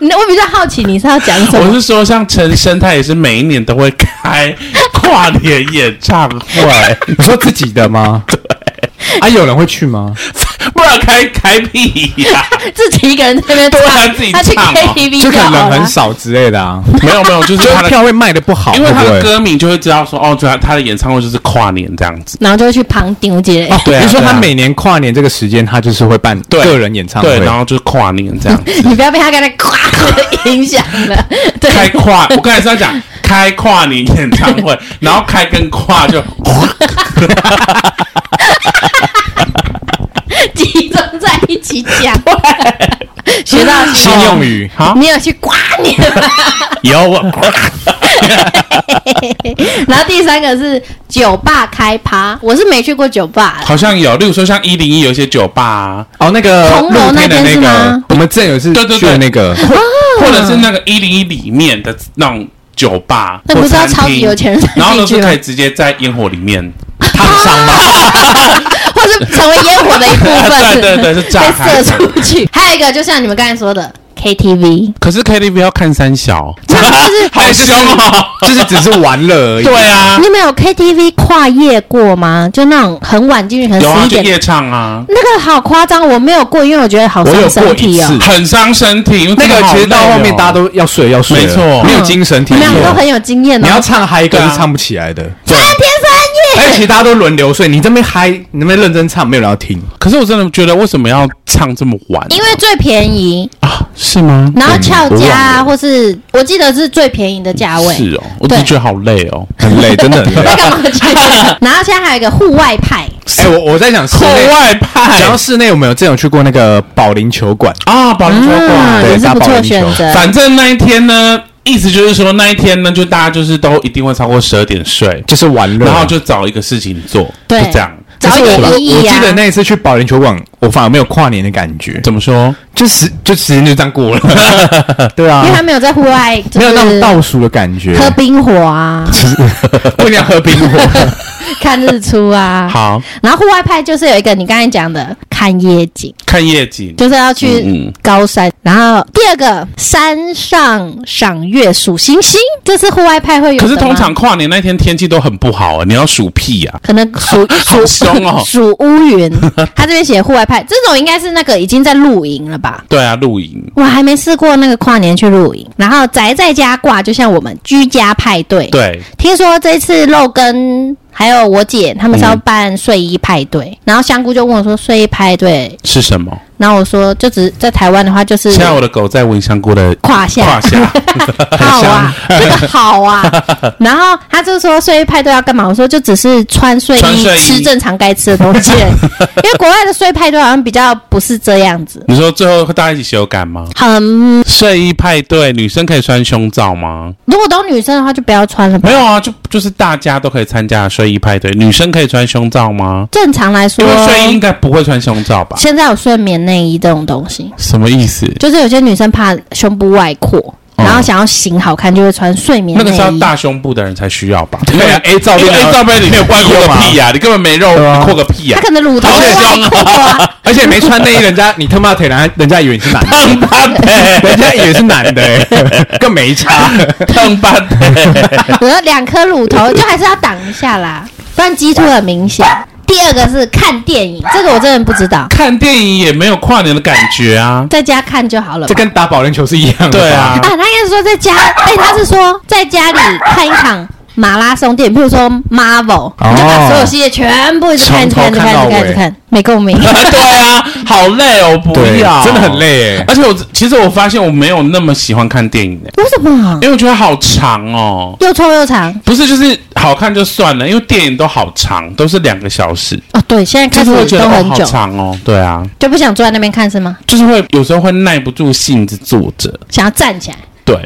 [SPEAKER 2] 那我比较好奇你是要讲什
[SPEAKER 1] 我
[SPEAKER 2] 么？
[SPEAKER 1] 是说，像陈升，他也是每一年都会开 跨年演唱会，
[SPEAKER 3] 你说自己的吗？对。啊，有人会去吗？
[SPEAKER 1] 不然开开屁 呀、
[SPEAKER 2] 自己一个人在那边
[SPEAKER 1] 对啊
[SPEAKER 2] 唱
[SPEAKER 1] 自己
[SPEAKER 2] 他去
[SPEAKER 1] 唱哦
[SPEAKER 2] KTV
[SPEAKER 3] 就可能
[SPEAKER 2] 好
[SPEAKER 3] 人
[SPEAKER 2] 了
[SPEAKER 3] 很。少之类的啊，
[SPEAKER 1] 没有没有，就是
[SPEAKER 3] 就
[SPEAKER 1] 他的，
[SPEAKER 3] 是
[SPEAKER 1] 哦
[SPEAKER 3] 票会卖的不好，
[SPEAKER 1] 因为他
[SPEAKER 3] 会不
[SPEAKER 1] 的
[SPEAKER 3] 会
[SPEAKER 1] 歌迷就会知道说，哦，主要他的演唱会就是跨年这样子。
[SPEAKER 2] 然后就去旁丢街，
[SPEAKER 3] 哦，
[SPEAKER 1] 对啊
[SPEAKER 3] 你说
[SPEAKER 1] 对
[SPEAKER 3] 他
[SPEAKER 1] 啊
[SPEAKER 3] 每年跨年这个时间，他就是会办
[SPEAKER 1] 对
[SPEAKER 3] 个人演唱会
[SPEAKER 1] 对，，然后就是跨年这样，
[SPEAKER 2] 你不要被他刚才夸的影响了。对，
[SPEAKER 1] 开跨，我刚才是在讲开跨年演唱会， 然后开跟跨就，
[SPEAKER 2] 集中在一起 讲。学到
[SPEAKER 3] 新用语。
[SPEAKER 1] 好
[SPEAKER 2] 你有去刮你吗？
[SPEAKER 1] 有啊我，
[SPEAKER 2] 然后第三个是酒吧开趴，我是没去过酒吧啦，
[SPEAKER 1] 好像有，例如说像一零一有一些酒吧、啊，
[SPEAKER 3] 哦，那个
[SPEAKER 2] 红楼
[SPEAKER 3] 露天的
[SPEAKER 2] 那间是
[SPEAKER 3] 那个
[SPEAKER 2] 吗，
[SPEAKER 3] 我们之前有一次
[SPEAKER 1] 对对对
[SPEAKER 3] 去的那个，
[SPEAKER 2] 嗯
[SPEAKER 1] 或者是
[SPEAKER 2] 哦
[SPEAKER 1] 那个一零一里面的那种酒吧
[SPEAKER 2] 那不
[SPEAKER 1] 或
[SPEAKER 2] 是要
[SPEAKER 1] 餐
[SPEAKER 2] 超级
[SPEAKER 1] 厅
[SPEAKER 2] 有钱人才
[SPEAKER 1] 然后
[SPEAKER 2] 进
[SPEAKER 1] 都
[SPEAKER 2] 去
[SPEAKER 1] 是可
[SPEAKER 2] 吗
[SPEAKER 1] 以？直接在烟火里面，
[SPEAKER 3] 烫伤 吗？
[SPEAKER 2] 或是成为烟火的一部
[SPEAKER 1] 对
[SPEAKER 2] 分，
[SPEAKER 1] 对对，是炸
[SPEAKER 2] 被
[SPEAKER 1] 开
[SPEAKER 2] 射。出去。还有一个就像你们刚才说的 KTV，
[SPEAKER 1] 可是 KTV 要看三小，好
[SPEAKER 3] 就是
[SPEAKER 1] 凶 哦！
[SPEAKER 3] 就是只是玩乐而已。
[SPEAKER 1] 对啊，
[SPEAKER 2] 你们有 KTV 跨夜过吗？就那种很晚进去，可
[SPEAKER 1] 有啊，
[SPEAKER 2] 能十
[SPEAKER 1] 就
[SPEAKER 2] 一点。
[SPEAKER 1] 夜唱啊，
[SPEAKER 2] 那个好夸张，我没有过，因为我觉得好
[SPEAKER 3] 我有
[SPEAKER 2] 伤
[SPEAKER 3] 过
[SPEAKER 2] 身体
[SPEAKER 3] 一
[SPEAKER 2] 哦
[SPEAKER 3] 次。
[SPEAKER 1] 很伤身体，因为
[SPEAKER 3] 那
[SPEAKER 1] 真的
[SPEAKER 3] 个
[SPEAKER 1] 好
[SPEAKER 3] 其实到
[SPEAKER 1] 累哦
[SPEAKER 3] 后面大家都要睡，要睡了，
[SPEAKER 1] 没错
[SPEAKER 3] 没有精神体
[SPEAKER 2] 你
[SPEAKER 3] 力
[SPEAKER 2] 们两个都
[SPEAKER 3] 了。
[SPEAKER 2] 很有经验哦。哎
[SPEAKER 3] 你要哎唱嗨歌
[SPEAKER 1] 对啊
[SPEAKER 3] 是唱不起来的，
[SPEAKER 2] 三天
[SPEAKER 3] 而且
[SPEAKER 2] 三
[SPEAKER 3] 其
[SPEAKER 2] 夜，
[SPEAKER 3] 实大家都轮流睡，你这边嗨，你那边认真唱，没有人要听。
[SPEAKER 1] 可是我真的觉得为什么要唱这么晚？
[SPEAKER 2] 因为最便宜，
[SPEAKER 1] 啊，是吗？
[SPEAKER 2] 然后俏
[SPEAKER 1] 我
[SPEAKER 2] 价
[SPEAKER 1] 忘
[SPEAKER 3] 嗯
[SPEAKER 1] 了
[SPEAKER 2] 啊，或是我记得是最便宜的价位。
[SPEAKER 1] 是哦，我只
[SPEAKER 2] 对
[SPEAKER 1] 觉得好累哦。
[SPEAKER 3] 很累，真的很累
[SPEAKER 2] 那干嘛去？然后现在还有一个户外派，
[SPEAKER 3] 哎、我我在想室
[SPEAKER 1] 户
[SPEAKER 3] 内，
[SPEAKER 2] 啊
[SPEAKER 1] 外派，
[SPEAKER 3] 讲到室内，我们有之前有去过那个保龄球馆，
[SPEAKER 1] 啊，保龄球
[SPEAKER 2] 嗯，
[SPEAKER 1] 馆，
[SPEAKER 3] 对
[SPEAKER 2] 也是不错选择。
[SPEAKER 1] 反正那一天呢，意思就是说那一天呢，就大家就是都一定会超过十二点睡，
[SPEAKER 3] 就是玩乐。
[SPEAKER 1] 然后就找一个事情做，
[SPEAKER 2] 对
[SPEAKER 1] 就这样。
[SPEAKER 2] 找一
[SPEAKER 3] 我
[SPEAKER 2] 点意
[SPEAKER 3] 我
[SPEAKER 2] 义
[SPEAKER 3] 记
[SPEAKER 2] 啊
[SPEAKER 3] 得！那一次去保龄球馆，我反而没有跨年的感觉，
[SPEAKER 1] 怎么说？
[SPEAKER 3] 就时就时间就这样过了。 对啊
[SPEAKER 2] 因为，他没有在户外，就
[SPEAKER 3] 没有那种
[SPEAKER 2] 是
[SPEAKER 3] 倒数的感觉，
[SPEAKER 2] 喝冰火 啊，
[SPEAKER 3] 呃不一定要喝冰火。
[SPEAKER 2] 看日出 啊。
[SPEAKER 1] 好
[SPEAKER 2] 然后户外派就是有一个你刚才讲的看夜景，
[SPEAKER 1] 看夜景，
[SPEAKER 2] 就是要
[SPEAKER 1] 嗯
[SPEAKER 2] 去
[SPEAKER 1] 嗯
[SPEAKER 2] 高山。然后第二个山上赏月数星星，这是户外派会有的
[SPEAKER 1] 可
[SPEAKER 2] 吗。
[SPEAKER 1] 是通常跨年那天天气都很不好啊，你要数屁呀、
[SPEAKER 2] 可能属
[SPEAKER 1] 好
[SPEAKER 2] 属
[SPEAKER 1] 凶哦
[SPEAKER 2] 属乌 云。他这边写户外派，这种应该是那个已经在露营了吧？
[SPEAKER 1] 对啊，露营，
[SPEAKER 2] 我还没试过那个跨年去露营，然后宅在家挂，就像我们居家派对。，
[SPEAKER 1] 对，
[SPEAKER 2] 听说这次肉跟还有我姐他们是要办睡衣派对，
[SPEAKER 1] 嗯
[SPEAKER 2] 然后香菇就问我说睡衣派对，
[SPEAKER 1] 是什么？
[SPEAKER 2] 然后我说就只在台湾的话就是
[SPEAKER 1] 现在我的狗在闻香菇的
[SPEAKER 2] 胯下
[SPEAKER 1] 胯 下，
[SPEAKER 2] 好啊，这个好啊。然后他就说睡衣派对要干嘛？我说就只是穿睡
[SPEAKER 1] 穿
[SPEAKER 2] 衣
[SPEAKER 1] 睡衣
[SPEAKER 2] 吃正常该吃的东西， 因为国外的睡衣派对好像比较不是这样子，
[SPEAKER 1] 你说最后会大家一起修改吗？
[SPEAKER 3] 嗯
[SPEAKER 2] 很
[SPEAKER 1] 睡衣派对，女生可以穿胸罩吗？
[SPEAKER 2] 如果都女生的话就不要穿了吧
[SPEAKER 1] 没。有啊，就就是大家都可以参加的睡衣派对，女生可以穿胸罩吗？
[SPEAKER 2] 正常来说
[SPEAKER 1] 因，为睡衣应该不会穿胸罩吧？
[SPEAKER 2] 现在有睡眠内衣这种东西，
[SPEAKER 1] 什么意思？
[SPEAKER 2] 就是有些女生怕胸部外扩，
[SPEAKER 1] 嗯
[SPEAKER 2] 然后想要型好看，就会穿睡眠
[SPEAKER 1] 那
[SPEAKER 2] 内
[SPEAKER 1] 个是要
[SPEAKER 2] 衣。
[SPEAKER 1] 大胸部的人才需要吧？
[SPEAKER 3] 对啊，A 照
[SPEAKER 1] 因
[SPEAKER 3] 片
[SPEAKER 1] 为 A 照片里面有外扩个屁呀、你根本没肉，
[SPEAKER 3] 对啊
[SPEAKER 1] 你扩个屁呀、
[SPEAKER 2] 她可能乳头
[SPEAKER 1] 好
[SPEAKER 2] 会
[SPEAKER 1] 凶 啊
[SPEAKER 2] 外扩啊，
[SPEAKER 3] 而且没穿内衣，人家你他妈腿男，人家以为你是男的，
[SPEAKER 1] 烫吧的，
[SPEAKER 3] 人家以为是男的、欸，更没 差。
[SPEAKER 1] 烫吧 的，
[SPEAKER 2] 然后两颗乳头就还是要挡一下啦，不然激突很明显。第二个是看电影，这个我真的不知道，
[SPEAKER 1] 看电影也没有跨年的感觉 啊。
[SPEAKER 2] 在家看就好了吧。
[SPEAKER 3] 这跟打保龄球是一样的。
[SPEAKER 1] 对啊
[SPEAKER 2] 啊，他应该是说在家，哎、他是说在家里看一场马拉松电影，譬如说 Marvel，、你就把所有系列全部一直看，一直看，一直看，一直看，一直看，没共鸣。
[SPEAKER 1] 对啊，好累哦，不
[SPEAKER 3] 对
[SPEAKER 1] 要，
[SPEAKER 3] 真的很。累、欸。
[SPEAKER 1] 而且我其实我发现我没有那么喜欢看电影、欸，
[SPEAKER 2] 为什么
[SPEAKER 1] 因？ 为我觉得好长哦。
[SPEAKER 2] 又臭又长
[SPEAKER 1] 不是，就是好看就算了，因为电影都好长，都是两个小时，
[SPEAKER 2] 哦，对，现在
[SPEAKER 1] 就
[SPEAKER 2] 开
[SPEAKER 1] 是
[SPEAKER 2] 始
[SPEAKER 1] 会觉得
[SPEAKER 2] 都
[SPEAKER 1] 哦
[SPEAKER 2] 很
[SPEAKER 1] 好
[SPEAKER 2] 久，
[SPEAKER 1] 长哦。对啊，
[SPEAKER 2] 就不想坐在那边看是吗？
[SPEAKER 1] 就是会有时候会耐不住性子坐着。
[SPEAKER 2] 想要站起来，
[SPEAKER 1] 对，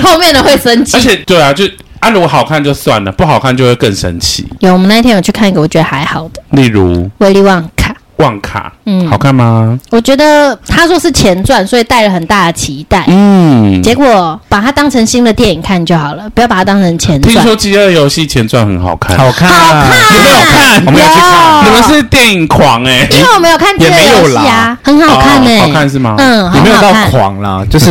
[SPEAKER 2] 后面的会 生
[SPEAKER 1] 而
[SPEAKER 2] 气。
[SPEAKER 1] 且对啊，就啊，如果好看就算了，不好看就会更生气。
[SPEAKER 2] 有，我们那天有去看一个，我觉得还好的
[SPEAKER 1] 例如
[SPEAKER 2] 《威利旺卡》，
[SPEAKER 1] 旺卡，
[SPEAKER 2] 嗯
[SPEAKER 1] 好看吗？
[SPEAKER 2] 我觉得他说是前传，所以带了很大的期待。
[SPEAKER 1] 嗯，
[SPEAKER 2] 结果把它当成新的电影看就好了，不要把它当成前
[SPEAKER 1] 听
[SPEAKER 2] 传。
[SPEAKER 1] 说《饥饿游戏》前传很好看，
[SPEAKER 3] 好看啊，
[SPEAKER 1] 你们有看？
[SPEAKER 2] 我没有去看
[SPEAKER 1] 你们是电影狂哎、
[SPEAKER 2] 因为我没有看《饥
[SPEAKER 3] 也没
[SPEAKER 2] 饿游
[SPEAKER 3] 有
[SPEAKER 2] 戏》啊
[SPEAKER 3] 啦，
[SPEAKER 2] 很好看呢、
[SPEAKER 1] 哦好看是吗
[SPEAKER 2] 嗯，
[SPEAKER 3] 也
[SPEAKER 2] 很
[SPEAKER 3] 没有
[SPEAKER 2] 好
[SPEAKER 3] 到
[SPEAKER 2] 看。
[SPEAKER 3] 狂啦，就是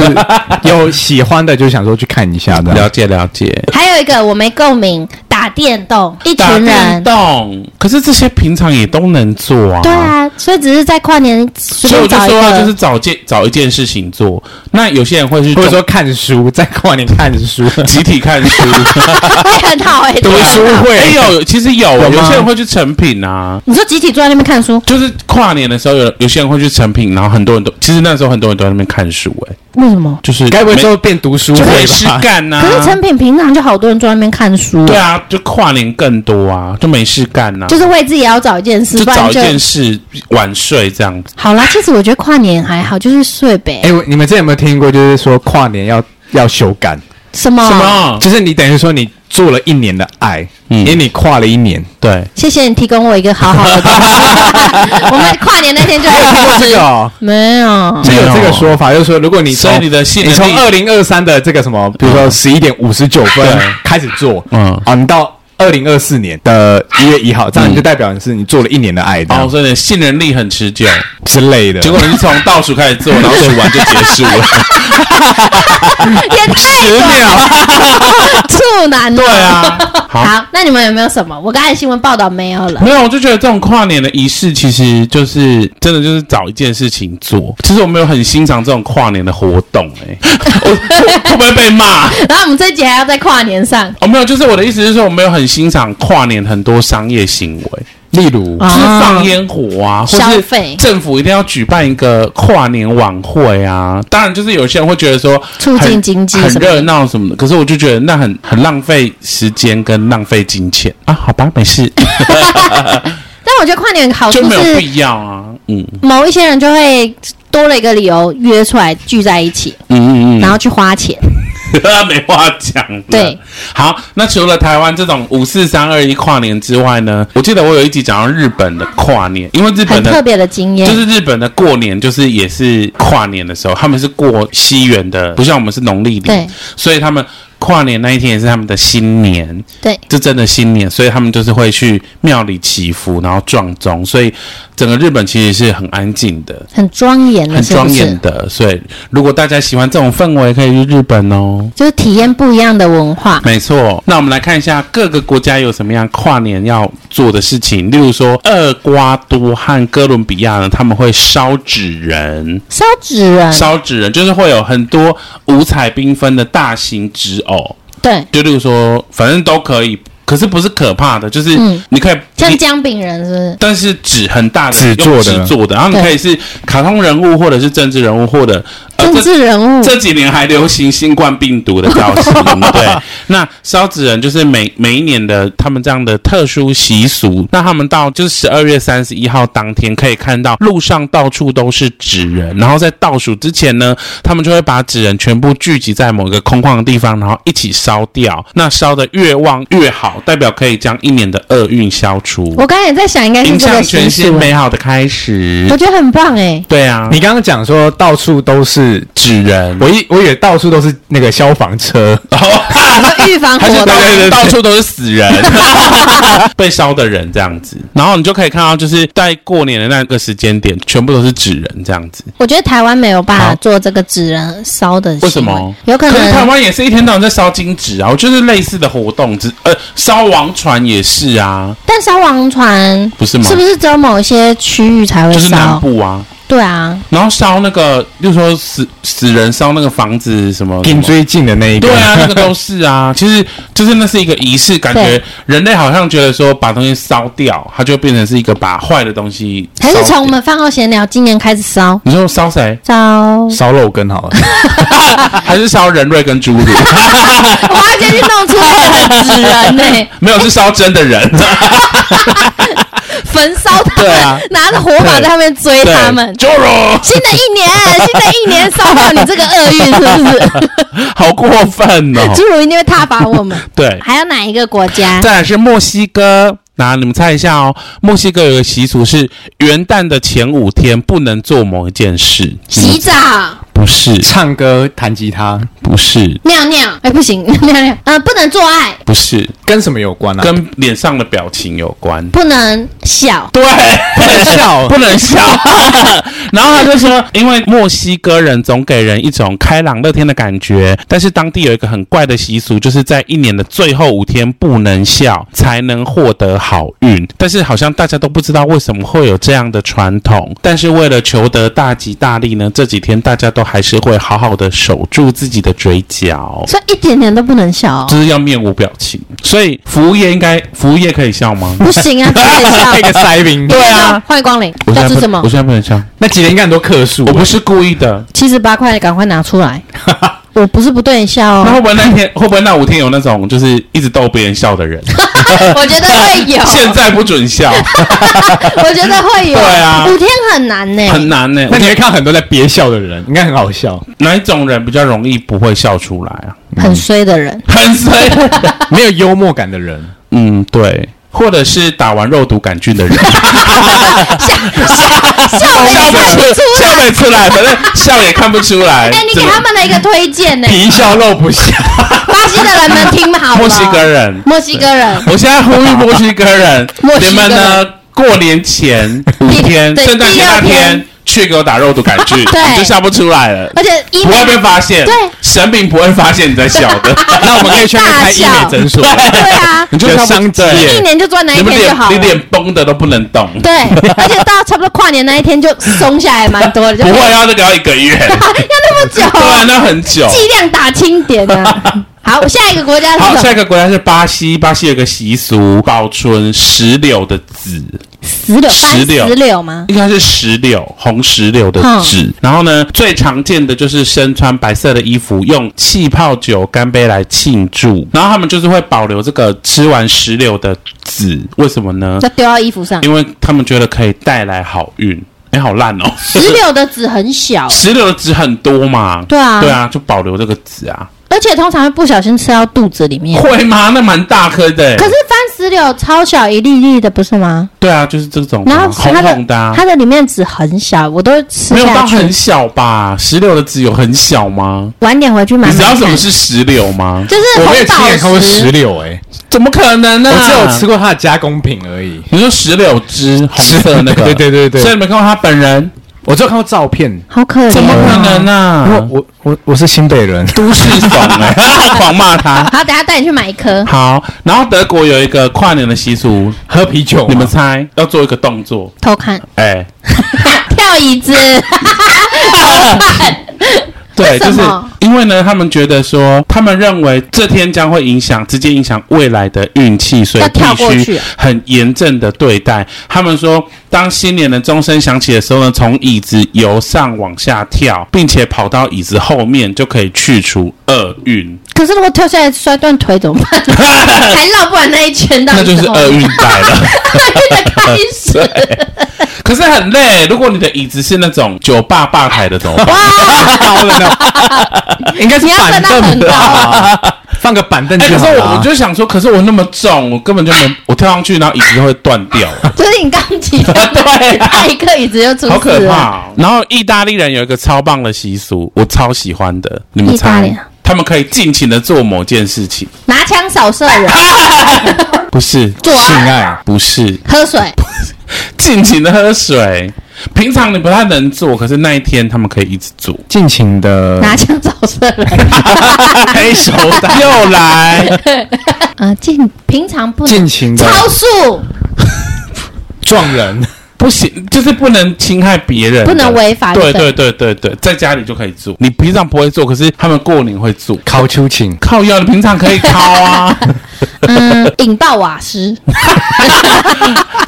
[SPEAKER 3] 有喜欢的就想说去看一下的。
[SPEAKER 1] 了解了解。
[SPEAKER 2] 还有一个我没共鸣，打电动，一
[SPEAKER 1] 打
[SPEAKER 2] 群
[SPEAKER 1] 电
[SPEAKER 2] 人。
[SPEAKER 1] 动，可是这些平常也都能做啊。
[SPEAKER 2] 对啊，所以只是在跨年随
[SPEAKER 1] 所以我
[SPEAKER 2] 便
[SPEAKER 1] 就
[SPEAKER 2] 找一
[SPEAKER 1] 说啊，
[SPEAKER 2] 个，
[SPEAKER 1] 就是找件找一件事情做。那有些人会去
[SPEAKER 3] 或者
[SPEAKER 1] 做
[SPEAKER 3] 说看书，在跨年看书，
[SPEAKER 1] 集体看 书、
[SPEAKER 2] 会很好 哎、欸。
[SPEAKER 3] 读
[SPEAKER 2] 对啊
[SPEAKER 3] 书会
[SPEAKER 1] 哎、有其实有，
[SPEAKER 3] 有
[SPEAKER 1] 有
[SPEAKER 3] 吗
[SPEAKER 1] 些人会去成品啊。
[SPEAKER 2] 你说集体坐在那边看书，
[SPEAKER 1] 就是跨年的时候有，有些人会去成品，然后很多人都其实那时候很多人都在那边看书、哎，
[SPEAKER 2] 为什么？
[SPEAKER 1] 就是
[SPEAKER 3] 该不会
[SPEAKER 1] 没
[SPEAKER 3] 之后变读书
[SPEAKER 1] 就
[SPEAKER 3] 会
[SPEAKER 1] 没事
[SPEAKER 3] 吧？
[SPEAKER 1] 干呐、
[SPEAKER 2] 嗯可是成品平常就好多人坐在那边看书，
[SPEAKER 1] 啊对啊，就跨年更多啊，就没事干呐、
[SPEAKER 2] 就是为自己也要找一件事，
[SPEAKER 1] 就
[SPEAKER 2] 不然
[SPEAKER 1] 找一
[SPEAKER 2] 就
[SPEAKER 1] 件事晚睡这样子。
[SPEAKER 2] 好啦。其实我觉得跨年还好，就是睡呗。
[SPEAKER 3] 哎，我你们之前有没有听过，就是说跨年要要休干，
[SPEAKER 2] 什么？
[SPEAKER 1] 什？么？
[SPEAKER 3] 就是你等于说你做了一年的爱，
[SPEAKER 1] 嗯
[SPEAKER 3] 因为你跨了一年。
[SPEAKER 1] 对，
[SPEAKER 2] 谢谢你提供我一个好好的 东西。我们跨年那天就在一起
[SPEAKER 3] 这个哦
[SPEAKER 2] 没 有，
[SPEAKER 3] 是有这个说法，就是说，如果你
[SPEAKER 1] 所
[SPEAKER 3] 从
[SPEAKER 1] 以你的信
[SPEAKER 3] 你从
[SPEAKER 1] 能
[SPEAKER 3] 二
[SPEAKER 1] 力嗯
[SPEAKER 3] 零二三的这个什么，比如说十一点五十九分
[SPEAKER 1] 对
[SPEAKER 3] 开始做，
[SPEAKER 1] 嗯
[SPEAKER 3] 嗯，啊，你到二零二四年的一月一号，这样你就代表你是你做了一年的爱这样
[SPEAKER 1] 哦，所以你的信任力很持久。
[SPEAKER 3] 之类的。
[SPEAKER 1] 结果你是从倒数开始做，然后数完就结束 了。
[SPEAKER 2] 也 太
[SPEAKER 3] 十秒，
[SPEAKER 2] 处男了。
[SPEAKER 1] 对啊，好
[SPEAKER 2] 好，那你们有没有什么？我刚才新闻报道没有 了。
[SPEAKER 1] 没有，我就觉得这种跨年的仪式，其实就是真的就是找一件事情做。其实我没有很欣赏这种跨年的活动、 欸，我会不会被骂？
[SPEAKER 2] 然后我们这集还要在跨年上，
[SPEAKER 1] 哦，没有，就是我的意思是说，我没有很欣赏跨年很多商业行为，
[SPEAKER 3] 例如
[SPEAKER 1] 就是放烟火啊，或
[SPEAKER 2] 哦消
[SPEAKER 1] 是
[SPEAKER 2] 费
[SPEAKER 1] 政府一定要举办一个跨年晚会啊。当然，就是有些人会觉得说
[SPEAKER 2] 促进经济
[SPEAKER 1] 很
[SPEAKER 2] 什么
[SPEAKER 1] 热
[SPEAKER 2] 的。
[SPEAKER 1] 闹什么的，可是我就觉得那很很浪费时间跟浪费金钱啊。好吧，没事，
[SPEAKER 2] 但我觉得跨年有个好处
[SPEAKER 1] 就没有
[SPEAKER 2] 哦是，
[SPEAKER 1] 必要啊。嗯
[SPEAKER 2] 某一些人就会多了一个理由约出来聚在一起，
[SPEAKER 1] 嗯嗯嗯，
[SPEAKER 2] 然后去花钱。
[SPEAKER 1] 没话讲。
[SPEAKER 2] 对，
[SPEAKER 1] 好，那除了台湾这种五四三二一跨年之外呢，我记得我有一集讲到日本的跨年，因为日本
[SPEAKER 2] 很特
[SPEAKER 1] 的。
[SPEAKER 2] 别的经验
[SPEAKER 1] 就。是日本的过年，就是也是跨年的时候，他们是过西元的，不像我们是农历
[SPEAKER 2] 对
[SPEAKER 1] 年，所以他们跨年那一天也是他们的新年，
[SPEAKER 2] 对，
[SPEAKER 1] 这真的新年，所以他们就是会去庙里祈福，然后撞钟，所以整个日本其实是很安静的，
[SPEAKER 2] 很庄严的，
[SPEAKER 1] 很
[SPEAKER 2] 是不
[SPEAKER 1] 庄
[SPEAKER 2] 是
[SPEAKER 1] 严？的。所以如果大家喜欢这种氛围，可以去日本哦。
[SPEAKER 2] 就是体验不一样的文化。
[SPEAKER 1] 没错，那我们来看一下各个国家有什么样跨年要做的事情，例如说厄瓜多和哥伦比亚呢，他们会烧纸人，
[SPEAKER 2] 烧纸人，
[SPEAKER 1] 烧纸人就是会有很多五彩缤纷的大型纸偶，
[SPEAKER 2] 对，
[SPEAKER 1] 就例如说，反正都可以，可是不是可怕的，就是
[SPEAKER 2] 嗯
[SPEAKER 1] 你可以。
[SPEAKER 2] 像
[SPEAKER 1] 你啊
[SPEAKER 2] 姜饼人是不是？
[SPEAKER 1] 但是纸很大的，
[SPEAKER 3] 纸
[SPEAKER 1] 用
[SPEAKER 3] 做的
[SPEAKER 1] 纸做的，然后你
[SPEAKER 2] 对
[SPEAKER 1] 可以是卡通人物，或者是政治人物，或者呃
[SPEAKER 2] 政
[SPEAKER 1] 这
[SPEAKER 2] 治人物，
[SPEAKER 1] 这几年还流行新冠病毒的造型， 对。那烧纸人就是每每一年的他们这样的特殊习俗，那他们到就是十二月三十一号当天可以看到路上到处都是纸人，然后在倒数之前呢，他们就会把纸人全部聚集在某一个空旷的地方，然后一起烧掉。那烧的越旺越好，代表可以将一年的厄运消除，
[SPEAKER 2] 我刚才也在想，应该是
[SPEAKER 1] 迎
[SPEAKER 2] 这
[SPEAKER 1] 向
[SPEAKER 2] 个
[SPEAKER 1] 全
[SPEAKER 2] 习
[SPEAKER 1] 新
[SPEAKER 2] 俗。
[SPEAKER 1] 美好的开始
[SPEAKER 2] 我。觉得很棒哎，
[SPEAKER 1] 对啊，
[SPEAKER 3] 你刚刚讲说到处都是，
[SPEAKER 1] 纸人。
[SPEAKER 3] 我一我以为到处都是那个消防车，
[SPEAKER 1] 哦
[SPEAKER 2] 预 防
[SPEAKER 1] 还是到
[SPEAKER 2] 火的
[SPEAKER 3] 对对对
[SPEAKER 1] 到处都是死人， 被烧的人这样子。然后你就可以看到，就是在过年的那个时间点，全部都是纸人这样子。
[SPEAKER 2] 我觉得台湾没有办
[SPEAKER 1] 好
[SPEAKER 2] 法做这个纸人烧的行为，
[SPEAKER 1] 为什么
[SPEAKER 2] 有可
[SPEAKER 1] 可是台
[SPEAKER 2] 能
[SPEAKER 1] 湾也是一天到晚在烧金纸啊，我就是类似的活动，只呃烧王船也是啊，
[SPEAKER 2] 但烧王船
[SPEAKER 1] 不是吗
[SPEAKER 2] 是不是只有某些区域才会
[SPEAKER 1] 就是南
[SPEAKER 2] 烧？
[SPEAKER 1] 部啊。
[SPEAKER 2] 对啊，
[SPEAKER 1] 然后烧那个，就说死死人烧那个房子什么什
[SPEAKER 3] 跟
[SPEAKER 1] 么
[SPEAKER 3] 最近的那一个，
[SPEAKER 1] 对啊，那个都是啊。其实就是那是一个仪式，感觉
[SPEAKER 2] 对
[SPEAKER 1] 人类好像觉得说把东西烧掉，它就变成是一个把坏的东西烧
[SPEAKER 2] 还
[SPEAKER 1] 掉。
[SPEAKER 2] 是从我们饭后闲聊今年开始烧
[SPEAKER 1] 你说烧谁？
[SPEAKER 2] 烧，
[SPEAKER 3] 烧肉羹好了，
[SPEAKER 1] 还是烧人瑞跟侏儒？
[SPEAKER 2] 我要先去弄出那个纸人 欸呢，
[SPEAKER 1] 没有，是烧真的人。
[SPEAKER 2] 焚烧他
[SPEAKER 1] 对啊
[SPEAKER 2] 们，拿着火把在他们追
[SPEAKER 1] 对
[SPEAKER 2] 他们。
[SPEAKER 1] 侏儒，
[SPEAKER 2] 新的一年，新的一年烧掉你这个厄运，是 不是？
[SPEAKER 1] 好过分哦！
[SPEAKER 2] 侏儒一定会挞伐我们。
[SPEAKER 1] 对，
[SPEAKER 2] 还有哪一个国家？
[SPEAKER 1] 再来是墨西哥。那你们猜一下哦，墨西哥有个习俗是元旦的前五天不能做某一件事。
[SPEAKER 2] 洗澡、
[SPEAKER 1] 不是，
[SPEAKER 3] 唱歌、弹吉他
[SPEAKER 1] 不是，
[SPEAKER 2] 尿尿，哎、不行， 尿尿，呃，不能做爱，
[SPEAKER 1] 不是，
[SPEAKER 3] 跟什么有关 啊？
[SPEAKER 1] 跟脸上的表情有关。
[SPEAKER 2] 不能笑，
[SPEAKER 1] 对，
[SPEAKER 3] 不能笑
[SPEAKER 1] 不能笑。然后他就说，因为墨西哥人总给人一种开朗乐天的感觉，但是当地有一个很怪的习俗，就是在一年的最后五天不能笑，才能获得好运。但是好像大家都不知道为什么会有这样的传统。但是为了求得大吉大利呢，这几天大家都还是会好好的守住自己的嘴
[SPEAKER 3] 哦
[SPEAKER 1] 角。
[SPEAKER 2] 所以一点点都不能笑、哦，
[SPEAKER 1] 就是要面无表情，所以服务业应该，服务业可以笑吗？
[SPEAKER 2] 不 行啊，不能 笑。
[SPEAKER 3] 配个腮冰。
[SPEAKER 1] 对啊，
[SPEAKER 2] 欢迎光临
[SPEAKER 1] 我，现在
[SPEAKER 2] 要吃
[SPEAKER 1] 不
[SPEAKER 2] 什么
[SPEAKER 1] 我？现在不能笑，
[SPEAKER 3] 那几年应该很多克数。
[SPEAKER 1] 我不是故意的。
[SPEAKER 2] 七十八块，赶快拿出 来！我不是不对你笑
[SPEAKER 1] 那会
[SPEAKER 2] 哦，
[SPEAKER 1] 不会那天会不会那五天有那种就是一直逗别人笑的人？
[SPEAKER 2] 我觉得会有，
[SPEAKER 1] 现在不准 笑，
[SPEAKER 2] 我觉得会有。
[SPEAKER 1] 对啊
[SPEAKER 2] 五天很难呢、
[SPEAKER 1] 很难呢、
[SPEAKER 3] 那你会看到很多在憋笑的人，应该很 好笑。
[SPEAKER 1] 哪一种人比较容易不会笑出来啊？
[SPEAKER 2] 很衰的 人，
[SPEAKER 1] 很衰。
[SPEAKER 3] 没有幽默感的人，
[SPEAKER 1] 嗯，对，或者是打完肉毒杆菌的人，
[SPEAKER 2] 笑也
[SPEAKER 1] 不
[SPEAKER 2] 看不出
[SPEAKER 1] 出，笑
[SPEAKER 2] 来。
[SPEAKER 1] 不出来，反正笑也看不出 来。
[SPEAKER 2] 哎、你给
[SPEAKER 1] 真的
[SPEAKER 2] 他们的一哎个推荐 呢、
[SPEAKER 3] 皮笑肉不笑。
[SPEAKER 2] 巴西的人们听好了，
[SPEAKER 1] 墨西哥人，
[SPEAKER 2] 墨西哥人，
[SPEAKER 1] 我现在呼吁墨西哥人
[SPEAKER 2] 墨，西
[SPEAKER 1] 你
[SPEAKER 2] 哥
[SPEAKER 1] 们
[SPEAKER 2] 人
[SPEAKER 1] 呢？过年前五
[SPEAKER 2] 第
[SPEAKER 1] 天，
[SPEAKER 2] 对
[SPEAKER 1] 圣诞节那
[SPEAKER 2] 第二天
[SPEAKER 1] 天去给我打肉毒杆菌，
[SPEAKER 2] 对
[SPEAKER 1] 你就笑不出来了。
[SPEAKER 2] 而且医
[SPEAKER 1] 不
[SPEAKER 2] 美
[SPEAKER 1] 会被发现，
[SPEAKER 2] 对
[SPEAKER 1] 神明不会发现你在笑的，
[SPEAKER 3] 那我们可以去那边开医美 诊所，
[SPEAKER 2] 对啊，
[SPEAKER 1] 你就
[SPEAKER 3] 有
[SPEAKER 1] 笑不
[SPEAKER 3] 商机
[SPEAKER 1] 对
[SPEAKER 2] 一
[SPEAKER 3] 耶。
[SPEAKER 2] 年就赚那一
[SPEAKER 1] 你们
[SPEAKER 2] 天就
[SPEAKER 1] 脸
[SPEAKER 2] 好
[SPEAKER 1] 你
[SPEAKER 2] 了。
[SPEAKER 1] 脸绷的都不能动，
[SPEAKER 2] 对，而且到差不多跨年那一天就松下来蛮多的，就
[SPEAKER 1] 不会啊要那个要一个 月，
[SPEAKER 2] 要那么久，
[SPEAKER 1] 对啊，那很久。
[SPEAKER 2] 剂量打轻 点啊。好，下一个国家
[SPEAKER 1] 好，下
[SPEAKER 2] 是什
[SPEAKER 1] 一
[SPEAKER 2] 么？
[SPEAKER 1] 个国家是巴西，巴西有个习俗保存石榴的籽，
[SPEAKER 2] 石榴，搬
[SPEAKER 1] 石榴
[SPEAKER 2] 石榴吗？
[SPEAKER 1] 应该是石榴，红石榴的
[SPEAKER 2] 嗯
[SPEAKER 1] 籽。然后呢，最常见的就是身穿白色的衣服，用气泡酒干杯来庆祝。然后他们就是会保留这个吃完石榴的籽，为什么呢？
[SPEAKER 2] 要丢到衣服上。
[SPEAKER 1] 因为他们觉得可以带来好运。哎，好烂哦！
[SPEAKER 2] 石榴的籽很小，
[SPEAKER 1] 石榴的籽很多嘛，
[SPEAKER 2] 对啊
[SPEAKER 1] 对啊，就保留这个籽啊，
[SPEAKER 2] 而且通常会不小心吃到肚子里面。
[SPEAKER 1] 会吗？那蛮大颗的欸，
[SPEAKER 2] 嗯可是番石榴超小一粒粒的，不是吗？
[SPEAKER 1] 对啊，就是这种
[SPEAKER 2] 然
[SPEAKER 1] 啊，
[SPEAKER 2] 后
[SPEAKER 1] 红
[SPEAKER 2] 它的
[SPEAKER 1] 红的啊，
[SPEAKER 2] 它的里面籽很小，我都吃
[SPEAKER 1] 没有
[SPEAKER 2] 下
[SPEAKER 1] 到
[SPEAKER 2] 去
[SPEAKER 1] 很。小吧？石榴的籽有很小吗？
[SPEAKER 2] 晚点回去买
[SPEAKER 1] 你
[SPEAKER 2] 买
[SPEAKER 1] 知道
[SPEAKER 2] 看。
[SPEAKER 1] 什么是石榴吗？
[SPEAKER 2] 就是
[SPEAKER 3] 我没
[SPEAKER 2] 红
[SPEAKER 3] 有亲眼看
[SPEAKER 2] 宝
[SPEAKER 3] 过石
[SPEAKER 2] 石，
[SPEAKER 3] 榴，哎，
[SPEAKER 1] 怎么可能
[SPEAKER 2] 啊
[SPEAKER 1] 呢？
[SPEAKER 3] 我只有吃。过它的加工品而已。
[SPEAKER 1] 你说石榴汁，红色的那个，
[SPEAKER 3] 对对对对
[SPEAKER 1] 所以你没看过他本人，
[SPEAKER 3] 我只有看过照片，
[SPEAKER 2] 好可怜哦。
[SPEAKER 1] 怎么可能
[SPEAKER 3] 因为
[SPEAKER 2] 啊
[SPEAKER 1] 呢？
[SPEAKER 3] 我我我是新北人，
[SPEAKER 1] 都市怂 哎，狂骂他。
[SPEAKER 2] 好，等下带你去买一颗。
[SPEAKER 1] 好，然后德国有一个跨年的习俗，
[SPEAKER 3] 喝啤酒嘛。
[SPEAKER 1] 你们猜要做一个动作，
[SPEAKER 2] 偷看，
[SPEAKER 1] 哎，
[SPEAKER 2] 跳椅子，
[SPEAKER 1] 对，
[SPEAKER 2] 为
[SPEAKER 1] 就
[SPEAKER 2] 什
[SPEAKER 1] 是
[SPEAKER 2] 么
[SPEAKER 1] 因为呢，他们觉得说，他们认为这天将会影响，直接影响未来的运气，所以
[SPEAKER 2] 要跳过
[SPEAKER 1] 必
[SPEAKER 2] 去啊
[SPEAKER 1] 须很严正的对待。他们说，当新年的钟声响起的时候呢，从椅子由上往下跳，并且跑到椅子后面，就可以去除厄运，
[SPEAKER 2] 可是如果跳下来摔断腿怎么办？ 还绕不完那一圈到
[SPEAKER 1] 那
[SPEAKER 2] 底
[SPEAKER 1] 就是
[SPEAKER 2] 怎么
[SPEAKER 1] 厄运来了。
[SPEAKER 2] 的开始。
[SPEAKER 1] 可是很累，如果你的椅子是那种酒吧吧台的，怎么办？
[SPEAKER 3] 太高
[SPEAKER 2] 哦
[SPEAKER 3] 了呢，应该是
[SPEAKER 2] 你要
[SPEAKER 3] 板
[SPEAKER 2] 站到
[SPEAKER 3] 凳
[SPEAKER 2] 很高
[SPEAKER 3] 吧，放个板凳
[SPEAKER 1] 哎、
[SPEAKER 3] 就
[SPEAKER 1] 可
[SPEAKER 3] 好
[SPEAKER 1] 是
[SPEAKER 3] 了
[SPEAKER 1] 我
[SPEAKER 3] 啊。
[SPEAKER 1] 我就想说，可是我那么重，我根本就没， 我跳上去，然后椅子就会断掉。
[SPEAKER 2] 就是你刚起跳，
[SPEAKER 1] 对啊
[SPEAKER 2] 按一个椅子就出事 了。
[SPEAKER 1] 好可
[SPEAKER 2] 啊
[SPEAKER 1] 怕、哦！然后意大利人有一个超棒的习俗，我超喜欢的，你们
[SPEAKER 2] 意大
[SPEAKER 1] 猜
[SPEAKER 2] 利啊？
[SPEAKER 1] 他们可以尽情的做某件事情，
[SPEAKER 2] 拿枪扫射 人，
[SPEAKER 1] 不是，
[SPEAKER 2] 做
[SPEAKER 3] 性
[SPEAKER 2] 爱，
[SPEAKER 3] 爱，
[SPEAKER 1] 不是，
[SPEAKER 2] 喝水，
[SPEAKER 1] 尽情的喝水。平常你不太能做，可是那一天他们可以一直 做。
[SPEAKER 3] 尽情的
[SPEAKER 2] 拿枪扫射 人。
[SPEAKER 1] 黑手党又来，
[SPEAKER 2] 啊，尽平常不能
[SPEAKER 3] 尽情的
[SPEAKER 2] 超速，
[SPEAKER 3] 撞人，
[SPEAKER 1] 不行，就是不能侵害别人的，
[SPEAKER 2] 不能违法
[SPEAKER 1] 对
[SPEAKER 2] 对
[SPEAKER 1] 对对对对，在家里就可以做，你平常不会做，可是他们过年会做。
[SPEAKER 3] 考秋情，
[SPEAKER 1] 靠腰，你平常可以靠 啊，
[SPEAKER 2] 嗯，引爆瓦斯，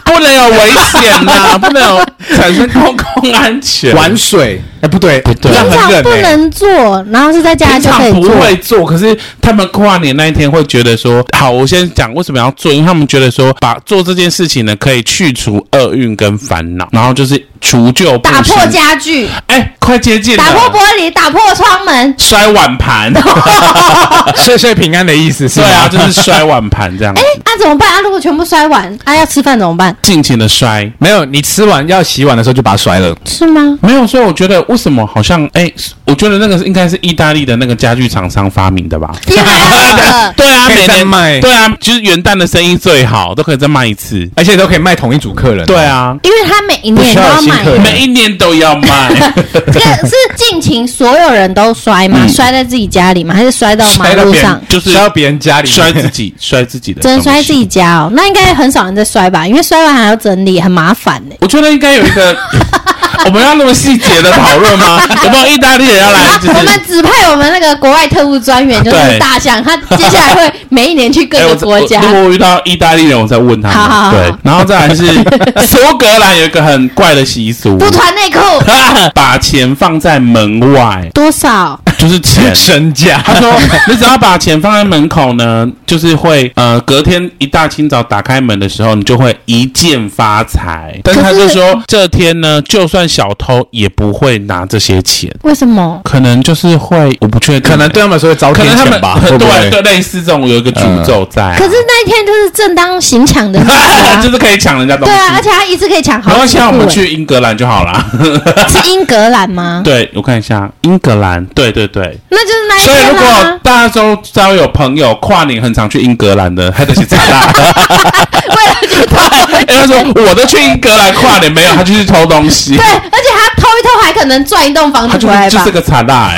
[SPEAKER 1] 不能有危险呐、不能有产生公共安全。
[SPEAKER 3] 玩水，哎不对
[SPEAKER 1] 对
[SPEAKER 3] 不
[SPEAKER 2] 平
[SPEAKER 3] 这样很
[SPEAKER 2] 常
[SPEAKER 3] 冷
[SPEAKER 2] 不
[SPEAKER 3] 欸
[SPEAKER 2] 能做，然后是在家
[SPEAKER 1] 平
[SPEAKER 2] 就可
[SPEAKER 1] 常
[SPEAKER 2] 以
[SPEAKER 1] 不
[SPEAKER 2] 做。
[SPEAKER 1] 会做，可是他们跨年那一天会觉得说，好，我先讲为什么要做，因为他们觉得说，把做这件事情呢，可以去除厄运跟烦恼，然后就是除旧布
[SPEAKER 2] 打
[SPEAKER 1] 新
[SPEAKER 2] 破，家具，
[SPEAKER 1] 哎，快接近了，
[SPEAKER 2] 打破玻璃，打破窗门。
[SPEAKER 1] 摔碗 盘，
[SPEAKER 3] 岁岁平安的意思是
[SPEAKER 1] 对
[SPEAKER 3] 吗
[SPEAKER 1] 啊，就是摔碗盘 这样子
[SPEAKER 2] 哎，，那怎么办？啊，如果全部摔完，啊，要吃饭怎么办？
[SPEAKER 1] 尽情的摔。
[SPEAKER 3] 没有，你吃完要洗碗的时候就把它摔了。
[SPEAKER 2] 是吗？
[SPEAKER 1] 没有，所以我觉得为什么好像哎，我觉得那个是应该是意大利的那个家具厂商发明的吧？
[SPEAKER 2] 因为那个
[SPEAKER 1] 对啊，
[SPEAKER 3] 可以
[SPEAKER 1] 每
[SPEAKER 3] 再
[SPEAKER 1] 年
[SPEAKER 3] 卖
[SPEAKER 1] 对啊，就是元旦的生意最好，都可以再卖一次。
[SPEAKER 3] 而且都可以卖同一组客人。
[SPEAKER 1] 对，啊，
[SPEAKER 2] 因为他每一年都要买，
[SPEAKER 3] 不需要有新客人
[SPEAKER 1] 每一年都要 卖。
[SPEAKER 2] 这个是尽情所有人都摔
[SPEAKER 1] 嗯
[SPEAKER 2] 吗？摔在自己家里吗？还是摔到马
[SPEAKER 3] 摔到
[SPEAKER 2] 路
[SPEAKER 3] 别
[SPEAKER 2] 上
[SPEAKER 3] 人？
[SPEAKER 1] 就是
[SPEAKER 3] 摔到别人家里面，。
[SPEAKER 1] 摔自己，摔自己的，
[SPEAKER 2] 只能摔自。己家哦，那应该很少人在摔吧？因为摔完还要整理，很麻烦呢、
[SPEAKER 1] 我觉得应该有一个， 我们要那么细节的讨论 吗？有没有意大利人要来？就
[SPEAKER 2] 我
[SPEAKER 1] 是
[SPEAKER 2] 们指派我们那个国外特务专员就是
[SPEAKER 1] 对
[SPEAKER 2] 大象，他接下来会每一年去各
[SPEAKER 1] 哎
[SPEAKER 2] 个
[SPEAKER 1] 我
[SPEAKER 2] 国家。
[SPEAKER 1] 我如果我遇到意大利人，我再问他们。
[SPEAKER 2] 好好好
[SPEAKER 1] 对，然后再来 是苏格兰有一个很怪的习俗，
[SPEAKER 2] 不穿 内裤
[SPEAKER 1] 把钱放在门外，
[SPEAKER 2] 多少？
[SPEAKER 1] 就是钱
[SPEAKER 3] 身价。
[SPEAKER 1] 他说：“ 你只要把钱放在门口呢，就是会呃，隔天一大清早打开门的时候，你就会一键发财。”但是他就说，这天呢，就算小偷也不会拿这些钱。
[SPEAKER 2] 为什么？
[SPEAKER 1] 可能就是会，我不确定，
[SPEAKER 3] 可能对他们来说会招
[SPEAKER 1] 可能
[SPEAKER 3] 天
[SPEAKER 1] 他
[SPEAKER 3] 谴
[SPEAKER 1] 们
[SPEAKER 3] 吧，
[SPEAKER 1] 对
[SPEAKER 3] 会不
[SPEAKER 1] 对
[SPEAKER 3] 会？
[SPEAKER 1] 类似这种有一个诅咒在啊、
[SPEAKER 2] 可是 那一天就是正当行抢的日子啊
[SPEAKER 1] 就是可以抢人家东
[SPEAKER 2] 对
[SPEAKER 1] 西。
[SPEAKER 2] 啊，而且他一次可以抢
[SPEAKER 1] 然
[SPEAKER 2] 好
[SPEAKER 1] 后
[SPEAKER 2] 几
[SPEAKER 1] 现啊在我
[SPEAKER 2] 部
[SPEAKER 1] 们
[SPEAKER 2] 欸、
[SPEAKER 1] 去英格兰就好啦。
[SPEAKER 2] 是英格 兰吗？
[SPEAKER 1] 对，我看一下英格兰，对对对。
[SPEAKER 2] 那就是那一
[SPEAKER 1] 所以
[SPEAKER 2] 天啊
[SPEAKER 1] 如
[SPEAKER 2] 啦、
[SPEAKER 1] 果大家都知道有朋友跨年很常去英格兰的，他 就是长大。
[SPEAKER 2] 为了去偷，
[SPEAKER 1] 他说我都去英格兰跨年，没有他就去偷东西
[SPEAKER 2] 对，，而且他偷一偷还可能赚一栋房
[SPEAKER 1] 他
[SPEAKER 2] 子
[SPEAKER 1] 就
[SPEAKER 2] 回来
[SPEAKER 1] 就
[SPEAKER 2] 吧
[SPEAKER 1] 是。个惨大、欸。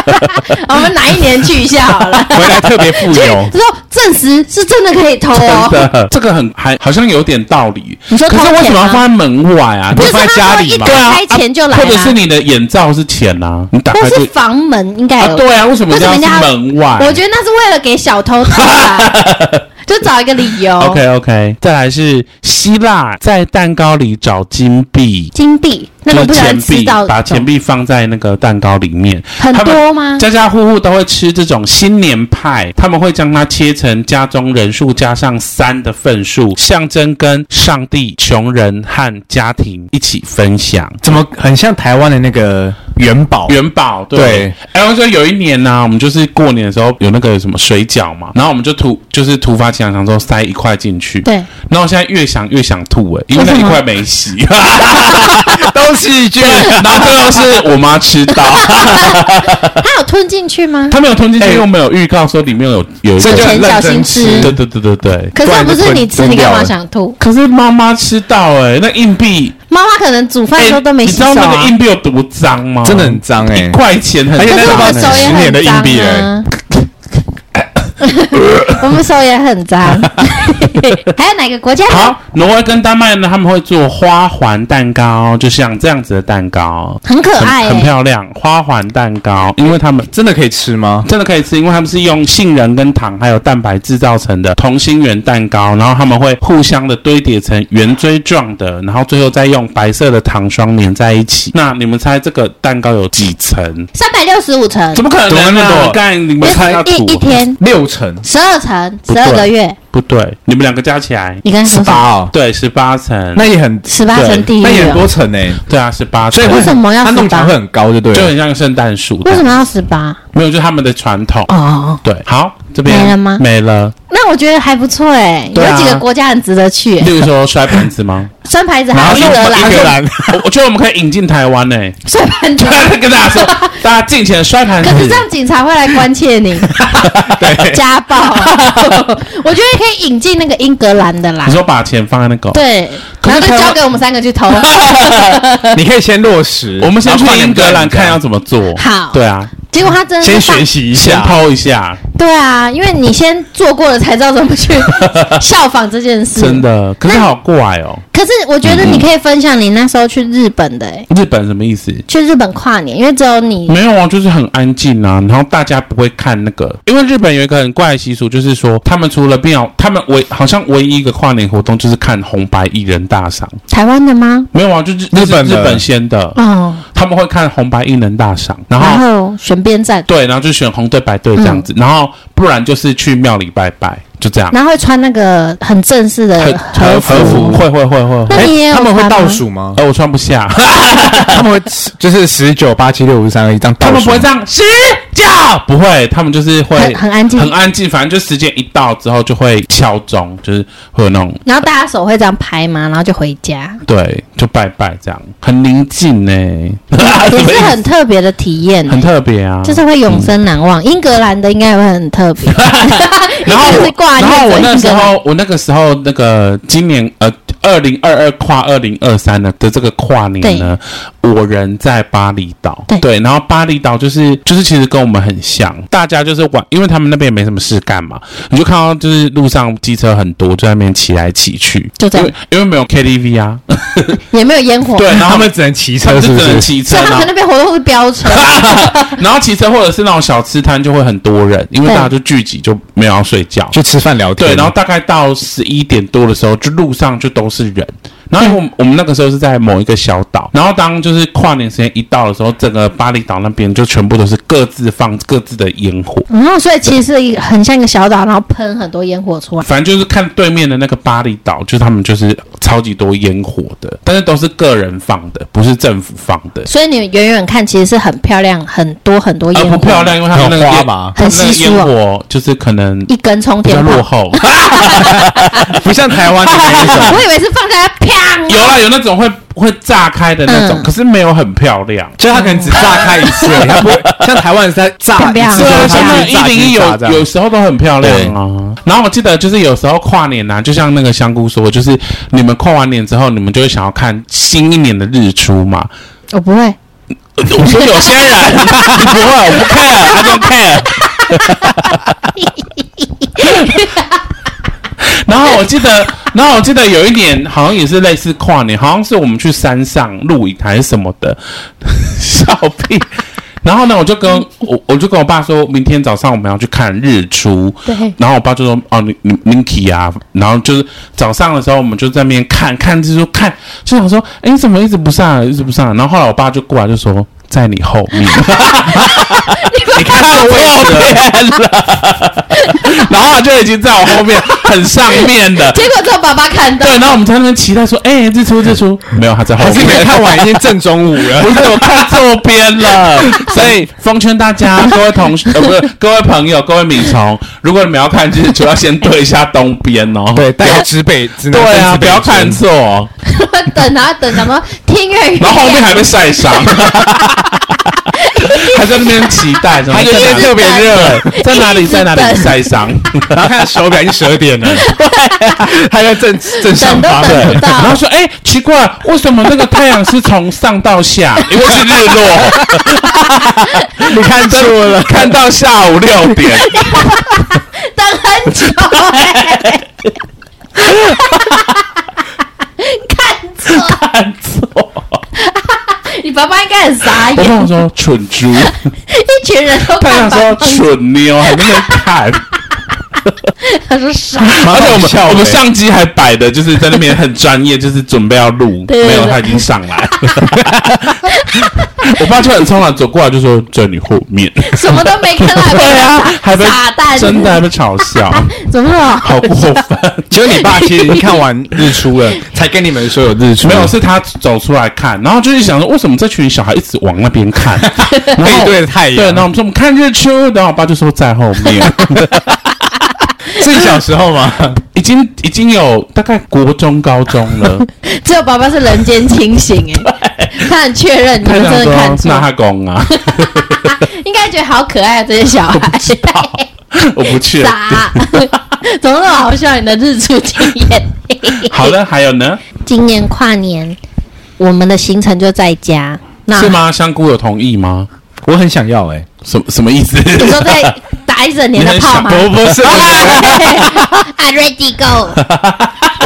[SPEAKER 2] 我们哪一年去一下 好了？
[SPEAKER 3] 回来特别富
[SPEAKER 2] 就
[SPEAKER 3] 有，
[SPEAKER 2] 是说证实是 真的可以偷哦。
[SPEAKER 1] 真的，这个很还好像有点道理。
[SPEAKER 2] 你说
[SPEAKER 1] 可是
[SPEAKER 2] 掏钱
[SPEAKER 1] 为什么要
[SPEAKER 2] 吗
[SPEAKER 1] 放在门外啊？
[SPEAKER 3] 不
[SPEAKER 2] 就是是
[SPEAKER 3] 放在
[SPEAKER 2] 他
[SPEAKER 3] 家
[SPEAKER 2] 说
[SPEAKER 3] 里
[SPEAKER 2] 一打
[SPEAKER 3] 吗
[SPEAKER 1] 对啊，
[SPEAKER 2] 开钱就来
[SPEAKER 1] 或者
[SPEAKER 2] 啦
[SPEAKER 1] 是，你的眼罩是钱啊，你打
[SPEAKER 2] 或
[SPEAKER 1] 开就是
[SPEAKER 2] 房门应该
[SPEAKER 1] 啊，
[SPEAKER 2] 有。
[SPEAKER 1] 对啊，为什么
[SPEAKER 2] 为
[SPEAKER 1] 这
[SPEAKER 2] 什么
[SPEAKER 1] 样
[SPEAKER 2] 人家
[SPEAKER 1] 是门外？
[SPEAKER 2] 我觉得那是为了给小偷偷 啦，就找一个理由。
[SPEAKER 1] OK OK，再来是希腊在蛋糕里找金币。
[SPEAKER 2] 金币那
[SPEAKER 1] 就
[SPEAKER 2] 个
[SPEAKER 1] 是
[SPEAKER 2] 不小
[SPEAKER 1] 钱
[SPEAKER 2] 心吃
[SPEAKER 1] 币
[SPEAKER 2] 到，
[SPEAKER 1] 把钱币放在那个蛋糕里面，
[SPEAKER 2] 很多啊吗？
[SPEAKER 1] 家家户户都会吃这种新年派，他们会将它切成家中人数加上三的份数，象征跟上帝、穷人和家庭一起分享。
[SPEAKER 3] 怎么很像台湾的那个元宝？
[SPEAKER 1] 元宝对
[SPEAKER 3] 哦对，
[SPEAKER 1] 哎，我说有一年呢、我们就是过年的时候有那个什么水饺嘛，然后我们就突就是突发奇想，想说塞一块进去，
[SPEAKER 2] 对，
[SPEAKER 1] 然后我现在越想越想吐哎、因为那
[SPEAKER 2] 为
[SPEAKER 1] 一
[SPEAKER 2] 什么
[SPEAKER 1] 块没 洗，
[SPEAKER 3] 都是菌。
[SPEAKER 1] 然后最后是我妈吃到，
[SPEAKER 2] 他有吞进去吗？
[SPEAKER 1] 她没有吞进去，
[SPEAKER 3] 哎
[SPEAKER 1] 因为我们有预告说里面有有一
[SPEAKER 3] 这
[SPEAKER 1] 个
[SPEAKER 3] 就
[SPEAKER 2] 钱
[SPEAKER 3] 很
[SPEAKER 2] 小
[SPEAKER 3] 认
[SPEAKER 2] 心
[SPEAKER 3] 真
[SPEAKER 2] 吃
[SPEAKER 3] 吃。哦
[SPEAKER 1] 对对对对对。
[SPEAKER 2] 可是又不是你吃，
[SPEAKER 3] 不然就吞
[SPEAKER 2] 你干
[SPEAKER 3] 吞掉
[SPEAKER 2] 嘛
[SPEAKER 3] 了
[SPEAKER 2] 想吐？
[SPEAKER 1] 嗯可是妈妈吃到哎、那硬币，哎
[SPEAKER 2] 妈妈可能煮饭的时候都没
[SPEAKER 1] 你
[SPEAKER 2] 洗
[SPEAKER 1] 知
[SPEAKER 2] 手
[SPEAKER 1] 道那个
[SPEAKER 2] 啊。
[SPEAKER 1] 硬币有多脏吗？
[SPEAKER 3] 真的很脏哎
[SPEAKER 1] 一。块钱很，
[SPEAKER 3] 而且
[SPEAKER 2] 可
[SPEAKER 3] 那
[SPEAKER 2] 是
[SPEAKER 3] 个
[SPEAKER 2] 我们
[SPEAKER 3] 吧
[SPEAKER 2] 手也
[SPEAKER 3] 十年的
[SPEAKER 2] 很脏
[SPEAKER 3] 硬币
[SPEAKER 2] 啊。 我们手也很脏。还有哪个国家？
[SPEAKER 1] 好，挪威跟丹麦呢，他们会做花环蛋糕，就像这样子的蛋糕，
[SPEAKER 2] 很可
[SPEAKER 1] 很
[SPEAKER 2] 爱欸
[SPEAKER 1] 很漂亮。花环蛋糕，因为他们
[SPEAKER 3] 真的可以吃吗？
[SPEAKER 1] 真的可以吃，因为他们是用杏仁跟糖还有蛋白制造成的同心圆蛋糕，然后他们会互相的堆叠成圆锥状的，然后最后再用白色的糖霜粘在一起。那你们猜这个蛋糕有几层？
[SPEAKER 2] 三百六十五层，
[SPEAKER 1] 怎么可能
[SPEAKER 3] 怎么那么
[SPEAKER 1] 呢？
[SPEAKER 3] 多
[SPEAKER 1] 干你们猜要
[SPEAKER 2] 一
[SPEAKER 1] 吐
[SPEAKER 2] 一一？天
[SPEAKER 3] 六成
[SPEAKER 2] 十二层，
[SPEAKER 1] 不
[SPEAKER 2] 十
[SPEAKER 1] 对
[SPEAKER 2] 二个月，
[SPEAKER 1] 不对，你们两个加起来，
[SPEAKER 2] 你刚才
[SPEAKER 3] 十
[SPEAKER 2] 说什么？
[SPEAKER 3] 八哦，
[SPEAKER 1] 对，十八层
[SPEAKER 3] 那。也很，
[SPEAKER 2] 十八层地狱
[SPEAKER 3] 那也很
[SPEAKER 2] 哦、
[SPEAKER 3] 多层哎，
[SPEAKER 1] 对啊，十八层
[SPEAKER 3] 所以。会
[SPEAKER 2] 为什么要
[SPEAKER 3] 它弄起来
[SPEAKER 2] 18
[SPEAKER 3] 会很高，就对
[SPEAKER 1] 就
[SPEAKER 3] 了。
[SPEAKER 1] 很像圣诞树这
[SPEAKER 2] 为
[SPEAKER 1] 样，
[SPEAKER 2] 什么要十八？
[SPEAKER 1] 没有，就是他们的传统。
[SPEAKER 2] 哦，
[SPEAKER 1] 对，好，这边
[SPEAKER 2] 没了吗
[SPEAKER 1] 没 了。
[SPEAKER 2] 那我觉得还不错哎、
[SPEAKER 1] 对啊
[SPEAKER 2] 有几个国家很值得去、欸，
[SPEAKER 1] 例如说摔盘子吗？
[SPEAKER 2] 酸牌子
[SPEAKER 1] 然
[SPEAKER 2] 还
[SPEAKER 1] 后
[SPEAKER 2] 有英格
[SPEAKER 1] 英
[SPEAKER 2] 兰
[SPEAKER 1] 格 兰，我我觉得我们可以引进台湾呢、欸。
[SPEAKER 2] 摔盘子
[SPEAKER 1] 对。，跟大家说，大家尽情地摔盘子。
[SPEAKER 2] 可是这样警察会来关 切你，家暴。 我觉得可以引进那个英格兰的啦
[SPEAKER 1] 你，说把钱放在那个，
[SPEAKER 2] 对，
[SPEAKER 1] 可
[SPEAKER 2] 然
[SPEAKER 1] 是
[SPEAKER 2] 后
[SPEAKER 1] 台
[SPEAKER 2] 就
[SPEAKER 1] 湾
[SPEAKER 2] 交给我们三个 去投。
[SPEAKER 3] 你可以先落实，
[SPEAKER 1] 我们先去
[SPEAKER 3] 然后跨年
[SPEAKER 1] 英格兰
[SPEAKER 3] 再
[SPEAKER 1] 看要
[SPEAKER 3] 来
[SPEAKER 1] 怎么做。
[SPEAKER 2] 好
[SPEAKER 1] 对啊，
[SPEAKER 2] 结果他真的是
[SPEAKER 3] 啊先
[SPEAKER 2] 放
[SPEAKER 3] 学习一
[SPEAKER 1] 先
[SPEAKER 3] 下。
[SPEAKER 1] 偷一下，
[SPEAKER 2] 对啊，因为你先做过了才知道怎 么去效仿这件事。
[SPEAKER 1] 真。的。可是好怪哦，
[SPEAKER 2] 可是我觉得你可以分享你那时候去日本的、欸，
[SPEAKER 1] 日本什么意思？
[SPEAKER 2] 去日本跨年，因为只有你。
[SPEAKER 1] 没有啊，就是很安静啊，然后大家不会看那个，因为日本有一个很怪的习俗，就是说他们除了庙，他们唯好像唯一一个跨年活动就是看红白艺人大赏，
[SPEAKER 2] 台湾的吗？
[SPEAKER 1] 没有啊，就是
[SPEAKER 3] 日本
[SPEAKER 1] 日
[SPEAKER 3] 的
[SPEAKER 1] 本先的，
[SPEAKER 2] 哦，
[SPEAKER 1] 他们会看红白艺人大赏，然
[SPEAKER 2] 然
[SPEAKER 1] 后
[SPEAKER 2] 后选边站，
[SPEAKER 1] 对，然后就选红对白对这样子，然后不然就是去庙里拜拜，就这样。
[SPEAKER 2] 然后会嗯穿那个很正式的和服。
[SPEAKER 1] 和服会会会会会，
[SPEAKER 2] 那你也有
[SPEAKER 3] 哎他们会
[SPEAKER 2] 穿吗
[SPEAKER 3] 倒数吗？
[SPEAKER 1] 呃，我穿不下，
[SPEAKER 3] 他们会就是十九八七六五三二一这样
[SPEAKER 1] 他
[SPEAKER 3] 倒数。
[SPEAKER 1] 们不会这样十九，不会，他们就是会
[SPEAKER 2] 很很安静
[SPEAKER 1] 很安静，反正就时间一到之后就会敲钟，就是会有那种
[SPEAKER 2] 然后大家手会这样拍嘛，然后就回家，
[SPEAKER 1] 对，就拜拜这样，很宁静呢、
[SPEAKER 2] 也
[SPEAKER 1] 什么意
[SPEAKER 2] 是
[SPEAKER 1] 思
[SPEAKER 2] 很特别的体验、
[SPEAKER 1] 很特别啊，
[SPEAKER 2] 就是会永生难忘。英格兰的应该也会很特别，
[SPEAKER 1] 然后
[SPEAKER 2] 一定是挂
[SPEAKER 1] 我，然
[SPEAKER 2] 念
[SPEAKER 1] 后
[SPEAKER 2] 着
[SPEAKER 1] 我那
[SPEAKER 2] 英
[SPEAKER 1] 时
[SPEAKER 2] 格兰
[SPEAKER 1] 候，我那个时候，那个今年呃，二零二二跨二零二三呢的这个跨年呢，我人在巴厘岛，
[SPEAKER 2] 对
[SPEAKER 1] 然后巴厘岛就是就是其实跟我们很像，大家就是玩，因为他们那边也没什么事干嘛，你就看到就是路上机车很多，就在那边骑来骑去，
[SPEAKER 2] 就这样哦
[SPEAKER 1] 因为因为没有 KTV 啊，
[SPEAKER 2] 也没有烟火，
[SPEAKER 1] 对，然后
[SPEAKER 3] 他
[SPEAKER 1] 他 们
[SPEAKER 3] 们只能骑
[SPEAKER 1] 他
[SPEAKER 3] 车，
[SPEAKER 1] 们
[SPEAKER 3] 是
[SPEAKER 1] 就
[SPEAKER 3] 不
[SPEAKER 1] 只能
[SPEAKER 3] 是？
[SPEAKER 1] 骑车，
[SPEAKER 2] 所以他
[SPEAKER 1] 然后
[SPEAKER 2] 们那边活动是啊飙车，
[SPEAKER 1] 然后骑车或者是那种小吃摊就会很多人，因为
[SPEAKER 2] 对
[SPEAKER 1] 大家就聚集就没有要睡觉，
[SPEAKER 3] 去吃饭聊天。
[SPEAKER 1] 对，然后大概到十一点多的时候，就路上就都是人。然后因为我们我们那个时候是在某一个小岛，然后当就是跨年时间一到的时候，整个巴厘岛那边就全部都是各自放各自的烟火，
[SPEAKER 2] 嗯，所以其实是一个很像一个小岛，然后喷很多烟火出来。
[SPEAKER 1] 反正就是看对面的那个巴厘岛，就是他们就是超级多烟火的，但是都是个人放的，不是政府放的。
[SPEAKER 2] 所以你远远看其实是很漂亮，很多很多
[SPEAKER 1] 而
[SPEAKER 2] 烟
[SPEAKER 1] 啊不
[SPEAKER 2] 火，
[SPEAKER 1] 漂亮，因为他们那个
[SPEAKER 3] 很有花
[SPEAKER 1] 烟
[SPEAKER 3] 吧
[SPEAKER 1] 他们那个
[SPEAKER 2] 很稀疏
[SPEAKER 1] 烟
[SPEAKER 2] 哦
[SPEAKER 1] 火就是可能
[SPEAKER 2] 一根冲
[SPEAKER 1] 比较
[SPEAKER 2] 天
[SPEAKER 1] 落
[SPEAKER 2] 炮。
[SPEAKER 1] 后。
[SPEAKER 3] 不像台湾的那一种，
[SPEAKER 2] 我以为是放在啪，
[SPEAKER 1] 有啦，有那种会会炸开的那种，
[SPEAKER 2] 嗯
[SPEAKER 1] 可是没有很漂亮。
[SPEAKER 3] 就他可能只炸开一次而已，他不会像台湾是在炸一 次
[SPEAKER 1] 对
[SPEAKER 2] 对
[SPEAKER 1] 啊，
[SPEAKER 2] 啊
[SPEAKER 1] 像那
[SPEAKER 3] 就
[SPEAKER 1] 个
[SPEAKER 3] 是
[SPEAKER 1] 一
[SPEAKER 3] 炸
[SPEAKER 1] 零一
[SPEAKER 3] 一炸这
[SPEAKER 1] 有有
[SPEAKER 3] 样。
[SPEAKER 1] 时候都很漂亮啊。然后我记得就是有时候跨年啊，就像那个香菇说，就是你们跨完年之后，你们就会想要看新一年的日出 嘛。
[SPEAKER 2] 我哦不会，
[SPEAKER 1] 呃我说有些人你不会，我不 care，I don't care。然后我记得，然后我记得有一年好像也是类似跨年，好像是我们去山上露营还是什么的，笑屁。然后呢，我就跟我我就跟我爸说，明天早上我们要去看日出。
[SPEAKER 2] 对
[SPEAKER 1] 然后我爸就说：“哦，你你 Minky 啊。”然后就是早上的时候，我们就在那边看看日出，看就想说：“哎，你怎么一直不上来，一直不上来？”然后后来我爸就过来就说：“在你后面。” 你看错位置了， 然后他就已经在我后面很上面的。
[SPEAKER 2] 结果只有爸爸看到
[SPEAKER 1] 对，。然后我们在那边期待说：“哎、日出日出！”没有，他在后
[SPEAKER 3] 还
[SPEAKER 1] 面。
[SPEAKER 3] 是你们 看完已经正中午了
[SPEAKER 1] 不，是我看错边了， 所以奉劝大家，各位同 学，呃，不是各位朋友，各位米虫，如果你们要看日出，要先对一下东边哦。
[SPEAKER 3] 对，但要指北，只能
[SPEAKER 1] 对啊，
[SPEAKER 3] 指
[SPEAKER 1] 不
[SPEAKER 3] 北
[SPEAKER 1] 要
[SPEAKER 3] 针
[SPEAKER 1] 看错哦，
[SPEAKER 2] 等啊等，什么听越
[SPEAKER 1] 然后后面
[SPEAKER 2] 远，
[SPEAKER 1] 还被晒 伤，还在那边期待，什么
[SPEAKER 3] 还有 一些特别热，
[SPEAKER 1] 在哪里在哪里晒 伤，
[SPEAKER 3] 然后看手表已经十 二点了，还在正正上
[SPEAKER 2] 等都
[SPEAKER 3] 方。
[SPEAKER 2] 等不
[SPEAKER 1] 然后
[SPEAKER 2] 到。
[SPEAKER 1] 说，哎，奇怪，为什么那个太阳是从上到下， 因为是日 落，
[SPEAKER 3] 你看错了，
[SPEAKER 1] 看到下午六点，
[SPEAKER 2] 等很久、欸。 看错，看错。你爸爸应该很傻
[SPEAKER 1] 我
[SPEAKER 2] 眼，
[SPEAKER 1] 跟我说蠢猪。
[SPEAKER 2] 一群人都
[SPEAKER 1] 他想
[SPEAKER 2] 看
[SPEAKER 1] 说
[SPEAKER 2] 爸爸，
[SPEAKER 1] 蠢妞还在那边看，
[SPEAKER 2] 他说 傻。
[SPEAKER 1] 而且我
[SPEAKER 3] 好笑
[SPEAKER 1] 们
[SPEAKER 3] 的
[SPEAKER 1] 我们相机还摆的，就是在那边很专业，就是准备要录，
[SPEAKER 2] 对对
[SPEAKER 1] 没有
[SPEAKER 2] 对
[SPEAKER 1] 他已经上来 了。我爸就很匆忙走过来就说在你后 面，
[SPEAKER 2] 什么都没看到，
[SPEAKER 1] 对啊，还被
[SPEAKER 2] 傻蛋，
[SPEAKER 1] 真的还被嘲 笑，
[SPEAKER 2] 怎么了？
[SPEAKER 1] 好过分。
[SPEAKER 3] 结果你爸其实已经看完日出了，才跟你们说有日出。
[SPEAKER 1] 没有，是他走出来看，然后就是想说为什么这群小孩一直往那边 看，然后
[SPEAKER 3] 背对着太阳
[SPEAKER 1] 对，然后我们说我们看日出，然后我爸就说在后面。
[SPEAKER 3] 是你小时候吗？
[SPEAKER 1] 已经已经有大概国中高中 了，
[SPEAKER 2] 只有爸爸是人间清 醒哎，他很确认你
[SPEAKER 1] 他
[SPEAKER 2] 们
[SPEAKER 1] 想
[SPEAKER 2] 真的看
[SPEAKER 1] 说那
[SPEAKER 2] 错，
[SPEAKER 1] 他公啊，
[SPEAKER 2] 应该觉得好可爱啊，这些小 孩
[SPEAKER 1] 我不去。
[SPEAKER 2] 傻， 怎么那么好笑？你的日出经验。
[SPEAKER 1] 好了，还有呢？
[SPEAKER 2] 今年跨年，我们的行程就在家。那
[SPEAKER 1] 是吗？香菇有同意吗？
[SPEAKER 3] 我很想要哎，
[SPEAKER 1] 什什么意 思？
[SPEAKER 2] 你说 在打一整年的炮吗
[SPEAKER 1] 你很想
[SPEAKER 3] 不是，
[SPEAKER 2] ？I ready go，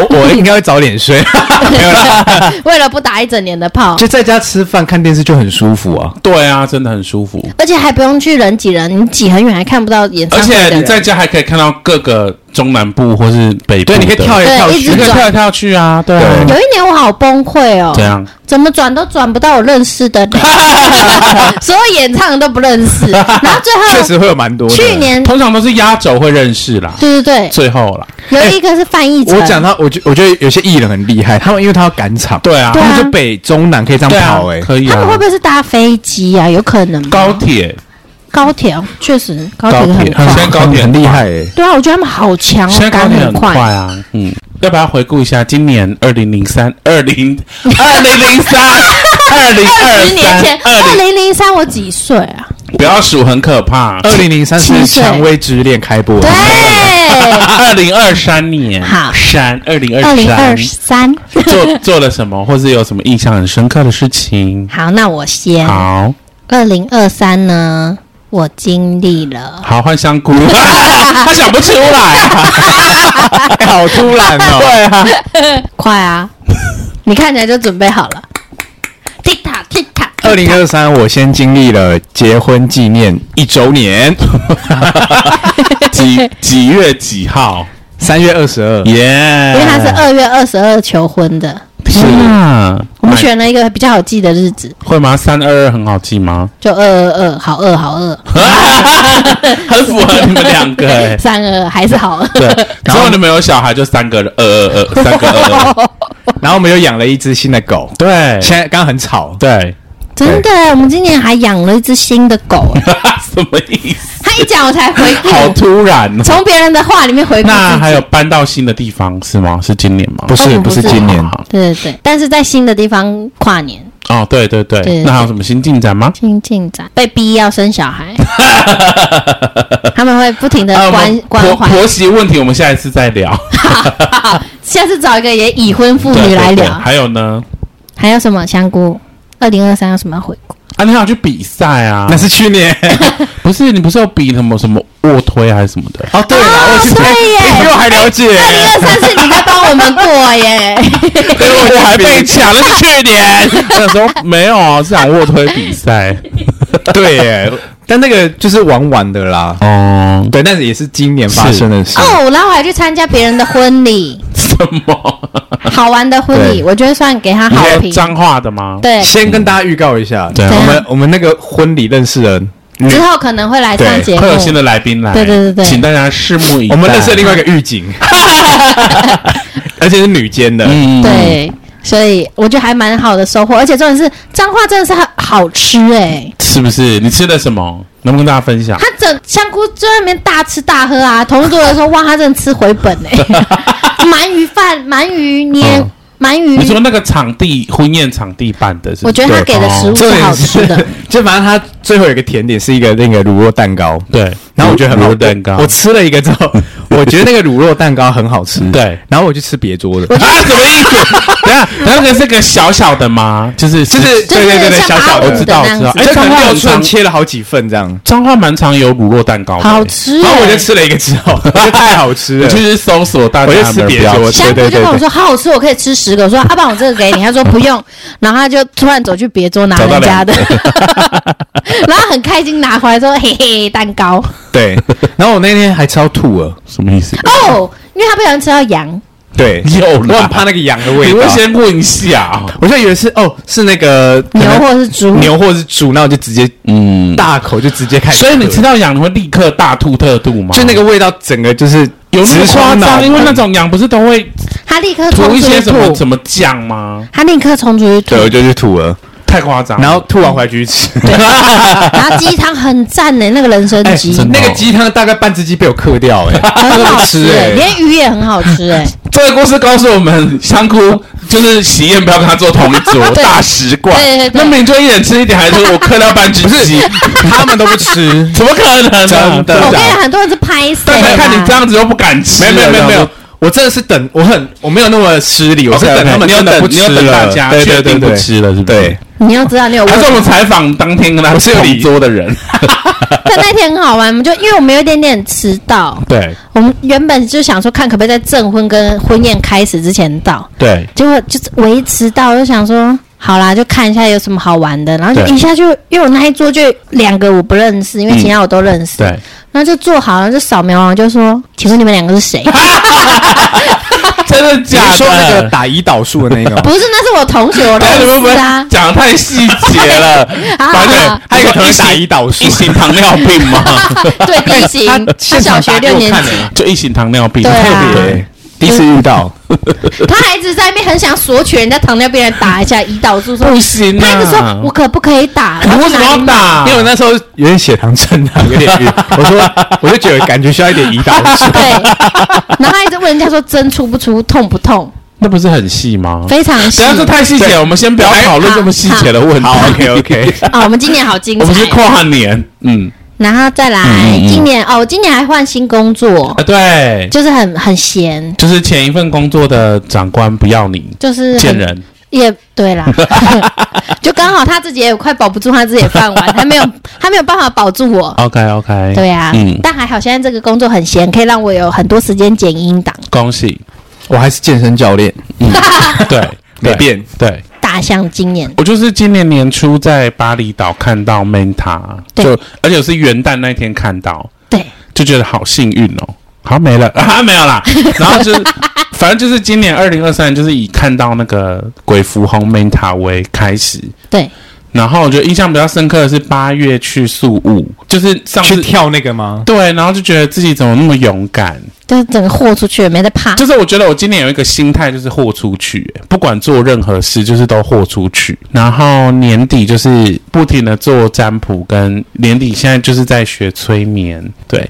[SPEAKER 3] 我我应该会早点睡，没有啦，
[SPEAKER 2] 为了不打一整年的炮，
[SPEAKER 3] 就在家吃饭看电视就很舒服啊。
[SPEAKER 1] 对啊，真的很舒服。
[SPEAKER 2] 而且还不用去人挤人，你挤很远还看不到演唱
[SPEAKER 1] 而
[SPEAKER 2] 会
[SPEAKER 1] 且
[SPEAKER 2] 的
[SPEAKER 1] 你
[SPEAKER 2] 人。
[SPEAKER 1] 在家还可以看到各个中南部或是北部的，
[SPEAKER 3] 对，你可以跳来跳
[SPEAKER 2] 对一直
[SPEAKER 3] 去
[SPEAKER 1] 你，可以
[SPEAKER 2] 转
[SPEAKER 1] 跳来跳去啊，对啊，
[SPEAKER 2] 有一年我好崩溃哦
[SPEAKER 1] 怎，样？
[SPEAKER 2] 怎么转都转不到我认识的 人，所有演唱都不认识。然后最
[SPEAKER 3] 确
[SPEAKER 2] 后
[SPEAKER 3] 实会有蛮多的。
[SPEAKER 2] 去年，
[SPEAKER 1] 通常都是压轴会认识啦，
[SPEAKER 2] 对对
[SPEAKER 1] 最后啦，
[SPEAKER 2] 对，有一个是范逸臣，
[SPEAKER 3] 我讲到，我觉我觉得有些艺人很厉害，他们因为他要赶场，
[SPEAKER 1] 对啊
[SPEAKER 3] 他
[SPEAKER 2] 对，啊
[SPEAKER 3] 们就北中南可以这样
[SPEAKER 1] 对啊
[SPEAKER 3] 跑，哎，
[SPEAKER 1] 可以
[SPEAKER 2] 他们会
[SPEAKER 1] 啊
[SPEAKER 2] 不。会是搭飞机啊？有可能吗
[SPEAKER 1] 高铁，
[SPEAKER 2] 高铁哦，确实高铁
[SPEAKER 1] 高铁
[SPEAKER 2] 很
[SPEAKER 1] 现在
[SPEAKER 2] 快。
[SPEAKER 1] 高铁
[SPEAKER 3] 很厉害，哎，
[SPEAKER 2] 对啊，我觉得他们好强哦，
[SPEAKER 1] 现在高
[SPEAKER 2] 赶
[SPEAKER 1] 铁
[SPEAKER 2] 很
[SPEAKER 1] 很快。啊，嗯。要不要回顾一下今年二零零三、二 零二零零三、二零
[SPEAKER 2] 二
[SPEAKER 1] 二
[SPEAKER 2] 十年
[SPEAKER 1] 三、，
[SPEAKER 2] 前二
[SPEAKER 1] 二零？
[SPEAKER 2] 零零三我几岁啊？
[SPEAKER 1] 不要数，很可怕。
[SPEAKER 2] 哦
[SPEAKER 3] 二零零三是
[SPEAKER 2] 七
[SPEAKER 3] 《
[SPEAKER 2] 岁
[SPEAKER 3] 蔷薇之恋》开播，
[SPEAKER 2] 对，啊
[SPEAKER 1] 二零二三年，
[SPEAKER 2] 哎好
[SPEAKER 1] 删二零
[SPEAKER 2] 二
[SPEAKER 1] 二
[SPEAKER 2] 零二
[SPEAKER 1] 三
[SPEAKER 2] 三。
[SPEAKER 1] 做做了什么，或是有什么印象很深刻的事情？
[SPEAKER 2] 好，那我先。
[SPEAKER 1] 好
[SPEAKER 2] 二零二三呢，我经历了。
[SPEAKER 1] 好换香 菇，他想不出来，
[SPEAKER 3] 哎好突然哦，对啊，
[SPEAKER 2] 快啊！ 你看起来就准备好了。踢踏踢踏，
[SPEAKER 3] 二零二三，我先经历了结婚纪念一 周年，
[SPEAKER 1] 几几月几号？
[SPEAKER 3] 三月二十二，
[SPEAKER 1] 耶！
[SPEAKER 2] 因为他是二月二十二求婚的，
[SPEAKER 1] 天啊，
[SPEAKER 2] 我们
[SPEAKER 1] 买
[SPEAKER 2] 选了一个比较好记的日子，
[SPEAKER 1] 会吗？三二二很好记吗？
[SPEAKER 2] 就二二二，好二好二，。
[SPEAKER 1] 很符合你们两个哎
[SPEAKER 2] 三二还是好二。
[SPEAKER 1] 对，
[SPEAKER 3] 然
[SPEAKER 1] 然
[SPEAKER 3] 后
[SPEAKER 1] 后你们有小孩就三个人，二二二，三个二 二。
[SPEAKER 3] 然后我们又养了一只新的狗，
[SPEAKER 1] 对
[SPEAKER 3] 现在刚刚很吵，
[SPEAKER 1] 对，
[SPEAKER 2] 真的，我们今年还养了一只新的 狗。哎
[SPEAKER 1] 什么意思？
[SPEAKER 2] 他一讲我才回
[SPEAKER 1] 好
[SPEAKER 2] 顾，
[SPEAKER 1] 突然哦。
[SPEAKER 2] 从别人的话里面回顾自己。
[SPEAKER 1] 那还有搬到新的地方是吗？是今年吗？
[SPEAKER 3] 不是
[SPEAKER 2] 哦
[SPEAKER 3] 不
[SPEAKER 2] 不
[SPEAKER 3] 是
[SPEAKER 2] 是
[SPEAKER 3] 今年，
[SPEAKER 1] 好
[SPEAKER 2] 对对对，但是在新的地方跨年。
[SPEAKER 1] 哦，对对对，
[SPEAKER 2] 对
[SPEAKER 1] 那还有什么新进展吗？
[SPEAKER 2] 新进展，被逼要生 小孩，他们会不停的
[SPEAKER 1] 呃啊我
[SPEAKER 2] 关、
[SPEAKER 1] 们
[SPEAKER 2] 呃关
[SPEAKER 1] 婆
[SPEAKER 2] 怀。
[SPEAKER 1] 婆媳问题，我们下一次再聊。
[SPEAKER 2] 下次找一个也已婚妇
[SPEAKER 1] 对
[SPEAKER 2] 女
[SPEAKER 1] 对
[SPEAKER 2] 嗯来
[SPEAKER 1] 对
[SPEAKER 2] 聊。
[SPEAKER 1] 还有呢？
[SPEAKER 2] 还有什么香菇？二零二三有什么要回 顾？
[SPEAKER 1] 啊，你还有去比赛啊？
[SPEAKER 3] 那是去年
[SPEAKER 1] 不是你不是有比什么什么卧推还是什么的？
[SPEAKER 3] 哦，对了，我是
[SPEAKER 2] 对耶
[SPEAKER 3] 你比我还了解，
[SPEAKER 2] 二零二三是你在帮我们过 耶，
[SPEAKER 1] 对，
[SPEAKER 3] 呃
[SPEAKER 1] 我还被抢，那是去年。 那时候没有啊，是讲卧推比赛。
[SPEAKER 3] 对耶，但那个就是玩玩的啦，
[SPEAKER 1] 哦，
[SPEAKER 3] 对，但是也是今年发生的事，
[SPEAKER 2] 哦，然后我还去参加别人的婚礼，
[SPEAKER 1] 什么？
[SPEAKER 2] 好玩的婚礼，
[SPEAKER 3] 对
[SPEAKER 2] 我就会算给他
[SPEAKER 1] 你
[SPEAKER 2] 好
[SPEAKER 1] 在
[SPEAKER 2] 评。
[SPEAKER 1] 脏话的吗？，
[SPEAKER 2] 对，
[SPEAKER 3] 先跟大家预告一下，
[SPEAKER 1] 对啊
[SPEAKER 3] 我们我们那个婚礼认识人，
[SPEAKER 2] 之后可能会来上
[SPEAKER 3] 对
[SPEAKER 2] 节目
[SPEAKER 1] 会。有新的来宾来。
[SPEAKER 2] 对对对对
[SPEAKER 1] 请大家拭目以待。
[SPEAKER 3] 我们认识了另外一个狱 警， 而且是女监的，
[SPEAKER 1] 嗯，
[SPEAKER 2] 对，所以我觉得还蛮好的收获，而且重点是彰化真的是很好吃哎、
[SPEAKER 1] 是不是？你吃了什么？能不能跟大家分享？
[SPEAKER 2] 他整香菇就在那边大吃大喝啊，同桌的说哇，他真的吃回本 哎、鳗鱼饭、鳗鱼捏
[SPEAKER 1] 嗯、
[SPEAKER 2] 鳗、
[SPEAKER 1] 你说
[SPEAKER 2] 鱼，
[SPEAKER 1] 那个场地婚宴场地办的是不是？
[SPEAKER 2] 我觉得他给的食物
[SPEAKER 3] 重
[SPEAKER 2] 是好
[SPEAKER 3] 点
[SPEAKER 2] 吃的
[SPEAKER 3] 是， 就反正他最后有一个甜点是一个那个乳酪蛋糕，
[SPEAKER 1] 对，
[SPEAKER 3] 然后我觉得很好
[SPEAKER 1] 卤蛋糕
[SPEAKER 3] 我吃了一个之 后，我觉得那个乳酪蛋糕很好吃，
[SPEAKER 1] 对
[SPEAKER 3] 然后我去吃别桌的，
[SPEAKER 1] 啊，什么意思？等一下，那个是个小小的吗？就是
[SPEAKER 3] 就是对
[SPEAKER 2] 就是
[SPEAKER 3] 对对对，
[SPEAKER 2] 像
[SPEAKER 3] 小小
[SPEAKER 2] 麻
[SPEAKER 1] 我知
[SPEAKER 2] 五
[SPEAKER 3] 的，
[SPEAKER 1] 道，我
[SPEAKER 2] 的那样
[SPEAKER 1] 知道。
[SPEAKER 2] 子
[SPEAKER 1] 哎，
[SPEAKER 3] 这可能六
[SPEAKER 1] 六
[SPEAKER 3] 寸
[SPEAKER 1] 寸
[SPEAKER 3] 切了好几份这
[SPEAKER 2] 嗯
[SPEAKER 3] 样，
[SPEAKER 1] 彰化蛮常有乳酪蛋糕的，
[SPEAKER 2] 好吃、
[SPEAKER 3] 然后我就
[SPEAKER 2] 欸。
[SPEAKER 3] 吃了一个之 后，我觉得太好吃
[SPEAKER 1] 我
[SPEAKER 3] 了，
[SPEAKER 1] 去搜索大
[SPEAKER 3] 我
[SPEAKER 1] 家
[SPEAKER 3] 就
[SPEAKER 1] 有
[SPEAKER 3] 吃
[SPEAKER 1] 没
[SPEAKER 3] 别
[SPEAKER 1] 有标
[SPEAKER 3] 桌，
[SPEAKER 1] 准
[SPEAKER 2] 香
[SPEAKER 3] 对
[SPEAKER 2] 菇
[SPEAKER 3] 对
[SPEAKER 2] 就跟我
[SPEAKER 3] 对。
[SPEAKER 2] 说好好吃，啊我可以吃十个。我说 阿爸，我这个给你。他说不用，然后他就突然走去别桌拿
[SPEAKER 1] 找到
[SPEAKER 2] 人家
[SPEAKER 1] 两
[SPEAKER 2] 的， 然后很开心拿回来说嘿嘿蛋糕
[SPEAKER 3] 对，然后我那天还超吐了，
[SPEAKER 1] 什么意思？
[SPEAKER 2] 哦，因为他不小心吃到 羊，
[SPEAKER 3] 对，
[SPEAKER 1] 有
[SPEAKER 3] 我
[SPEAKER 1] 啦
[SPEAKER 3] 很怕那个羊的味
[SPEAKER 1] 你
[SPEAKER 3] 道
[SPEAKER 1] 会。先问一下，啊
[SPEAKER 3] 我就以为是哦，是那个可
[SPEAKER 2] 牛
[SPEAKER 3] 能
[SPEAKER 2] 或是猪，
[SPEAKER 3] 牛或是猪，那我就直接
[SPEAKER 1] 嗯，
[SPEAKER 3] 大口就直接开始
[SPEAKER 1] 所
[SPEAKER 3] 喝，
[SPEAKER 1] 以你吃到羊你会立刻大吐特吐吗？
[SPEAKER 3] 就那个味道，整个就是
[SPEAKER 1] 有那么
[SPEAKER 3] 直
[SPEAKER 1] 夸
[SPEAKER 3] 冲脑
[SPEAKER 1] 张？
[SPEAKER 3] 门
[SPEAKER 1] 因为那种羊不是都会
[SPEAKER 2] 他立刻
[SPEAKER 1] 涂
[SPEAKER 2] 冲
[SPEAKER 1] 一
[SPEAKER 2] 出
[SPEAKER 1] 些
[SPEAKER 2] 去
[SPEAKER 1] 什么
[SPEAKER 2] 吐，
[SPEAKER 1] 什么酱吗？
[SPEAKER 2] 他立刻冲出去吐
[SPEAKER 3] 对，。我就去吐了，
[SPEAKER 1] 太夸张了。
[SPEAKER 3] 然后吐完回来继续吃。
[SPEAKER 2] 然后鸡汤很赞 呢、那个人参鸡、
[SPEAKER 1] 哎真的
[SPEAKER 3] 那个鸡汤大概半只鸡被我嗑掉， 哎，他
[SPEAKER 2] 很
[SPEAKER 3] 都
[SPEAKER 2] 好
[SPEAKER 3] 不
[SPEAKER 2] 吃
[SPEAKER 3] 吃，
[SPEAKER 2] 哎、
[SPEAKER 3] 哎，
[SPEAKER 2] 连鱼也很好 吃哎、
[SPEAKER 1] 这个故事告诉我们，香菇就是喜宴不要跟他做同一桌
[SPEAKER 2] 对
[SPEAKER 1] 大食怪。
[SPEAKER 2] 对对对
[SPEAKER 1] 那明就一人吃一点，还是我嗑到半只鸡？。
[SPEAKER 3] 他们都不吃
[SPEAKER 1] 怎么可能呢、
[SPEAKER 3] 真的
[SPEAKER 2] 我
[SPEAKER 1] 对
[SPEAKER 2] 跟
[SPEAKER 1] 不
[SPEAKER 2] 你
[SPEAKER 1] 对
[SPEAKER 2] 讲，很多人是拍死、
[SPEAKER 1] 但
[SPEAKER 2] 欸
[SPEAKER 1] 是
[SPEAKER 2] 啦。
[SPEAKER 1] 看你这样子又不敢吃
[SPEAKER 3] 没
[SPEAKER 1] 了，
[SPEAKER 3] 有没有没
[SPEAKER 1] 这样
[SPEAKER 3] 有啊没有
[SPEAKER 1] 子。，
[SPEAKER 3] 我真的是等，我很我没有那么失礼，我是
[SPEAKER 1] OK，OK，
[SPEAKER 3] 等他们
[SPEAKER 1] 你要
[SPEAKER 3] 真的
[SPEAKER 1] 等
[SPEAKER 3] 不
[SPEAKER 1] 你
[SPEAKER 3] 吃
[SPEAKER 1] 要等大
[SPEAKER 3] 了，
[SPEAKER 1] 家
[SPEAKER 3] 对对
[SPEAKER 1] 确
[SPEAKER 3] 对
[SPEAKER 1] 定
[SPEAKER 3] 对，
[SPEAKER 1] 不吃了是不是
[SPEAKER 3] 对，
[SPEAKER 2] 你要知道你有
[SPEAKER 1] 还是我
[SPEAKER 2] 问，
[SPEAKER 1] 们采访当天跟他
[SPEAKER 3] 我是有理
[SPEAKER 1] 同桌的人，
[SPEAKER 2] 但那天很好玩，我们就因为我们有一点点迟到，
[SPEAKER 3] 对
[SPEAKER 2] 我们原本就想说看可不可以在证婚跟婚宴开始之前到，
[SPEAKER 3] 对
[SPEAKER 2] 结果就是维持到，我就想说。好啦，就看一下有什么好玩的，然后就
[SPEAKER 3] 对
[SPEAKER 2] 一下就，因为我那一桌就两个我不认识，因为其
[SPEAKER 1] 嗯
[SPEAKER 2] 他我都认识，
[SPEAKER 3] 对，
[SPEAKER 2] 然后就坐好了，就扫描完就说：“请问你们两个 是谁？”
[SPEAKER 1] 真的
[SPEAKER 3] 你
[SPEAKER 1] 假的？
[SPEAKER 3] 是说那个打胰岛素的那个吗？
[SPEAKER 2] 不是，那是我同学，我
[SPEAKER 1] 那哎你会
[SPEAKER 2] 认
[SPEAKER 1] 不
[SPEAKER 2] 识
[SPEAKER 1] 会欸
[SPEAKER 2] 啊。
[SPEAKER 1] 讲得太细节 了？
[SPEAKER 2] 啊
[SPEAKER 1] 反正
[SPEAKER 2] 啊
[SPEAKER 3] 还有个同学打胰岛素
[SPEAKER 1] 一型糖尿病吗？
[SPEAKER 2] 对，第一型，
[SPEAKER 1] 哎
[SPEAKER 2] 他小学六年级，
[SPEAKER 1] 就一型糖尿病，
[SPEAKER 2] 对啊
[SPEAKER 3] 对，第一次遇到，
[SPEAKER 2] 他还一直在那边很想索取人家糖尿病人打一下胰岛素，说
[SPEAKER 1] 不行啊
[SPEAKER 2] 他一直说我可不可以打？
[SPEAKER 1] 你为什么要打？
[SPEAKER 3] 因为我那时候有点血糖正常，有 点晕，我说我就觉得感觉需要一点胰岛素，
[SPEAKER 2] 对，然后他一直问人家说针出不出，痛不痛？
[SPEAKER 1] 那不是很细吗？
[SPEAKER 2] 非常细
[SPEAKER 1] 等一下这太细节，
[SPEAKER 3] 对
[SPEAKER 1] 我们先不要讨论这么细节的问题。
[SPEAKER 3] 好，OK，OK
[SPEAKER 2] 啊！我们今年好精
[SPEAKER 1] 我们是
[SPEAKER 2] 彩，
[SPEAKER 1] 跨年，嗯，
[SPEAKER 2] 然后再来
[SPEAKER 1] 嗯嗯嗯
[SPEAKER 2] 今年哦，我今年还换新工作，
[SPEAKER 1] 啊对，
[SPEAKER 2] 就是很很闲，
[SPEAKER 1] 就是前一份工作的长官不要你，
[SPEAKER 2] 就是
[SPEAKER 1] 贱
[SPEAKER 2] 很
[SPEAKER 1] 人，
[SPEAKER 2] 也对啦， 就刚好他自己也快保不住他自己的饭碗，他没有他没有办法保住我。
[SPEAKER 1] OK OK，
[SPEAKER 2] 对啊，
[SPEAKER 1] 嗯，
[SPEAKER 2] 但还好现在这个工作很闲，可以让我有很多时间剪音档，
[SPEAKER 1] 恭喜，
[SPEAKER 3] 我还是健身教练，
[SPEAKER 1] 对，
[SPEAKER 3] 没
[SPEAKER 1] 对，
[SPEAKER 3] 变，
[SPEAKER 1] 对。
[SPEAKER 2] 大象今年
[SPEAKER 1] 我就是今年年初在巴厘岛看到 Menta，
[SPEAKER 2] 对
[SPEAKER 1] 就而且我是元旦那天看到，
[SPEAKER 2] 对，
[SPEAKER 1] 就觉得好幸运哦。好没了 啊，没有啦。然后就是， 反正就是今年二零二三，就是以看到那个鬼蝠红 Menta 为开始。
[SPEAKER 2] 对。
[SPEAKER 1] 然后我觉得印象比较深刻的是八月去宿务，就是上
[SPEAKER 3] 去
[SPEAKER 1] 次
[SPEAKER 3] 跳那个吗？
[SPEAKER 1] 对，然后就觉得自己怎么那么勇敢。
[SPEAKER 2] 就是整个豁出去了，没在怕。
[SPEAKER 1] 就是我觉得我今年有一个心态，就是豁出去、欸不管做任何事，就是都豁出去。然后年底就是不停的做占卜，跟年底现在就是在学催眠，对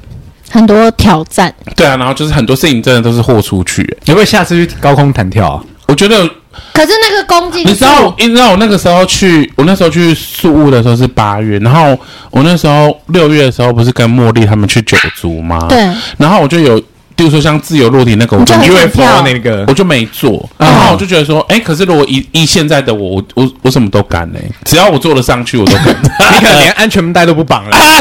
[SPEAKER 2] 很多挑战，
[SPEAKER 1] 对啊，然后就是很多事情真的都是豁出去、欸
[SPEAKER 3] 有没有下次去高空弹跳啊？
[SPEAKER 1] 我觉得
[SPEAKER 2] 可是那个公斤数，
[SPEAKER 1] 你知道，你知道我那个时候去，我那时候去宿务的时候是八月，然后我那时候六月的时候不是跟茉莉他们去九族吗？
[SPEAKER 2] 对，
[SPEAKER 1] 然后我就有，比如说像自由落体那个，我
[SPEAKER 2] 你就
[SPEAKER 1] 就
[SPEAKER 2] 很想
[SPEAKER 3] UFO
[SPEAKER 2] 跳
[SPEAKER 3] 那个
[SPEAKER 1] 我就没做，
[SPEAKER 3] 嗯
[SPEAKER 1] 然后我就觉得说，哎、可是如果以以现在的我，我我我什么都敢呢、欸只要我做得上去，我都敢。
[SPEAKER 3] 你可能连安全带都不绑了。
[SPEAKER 1] 啊，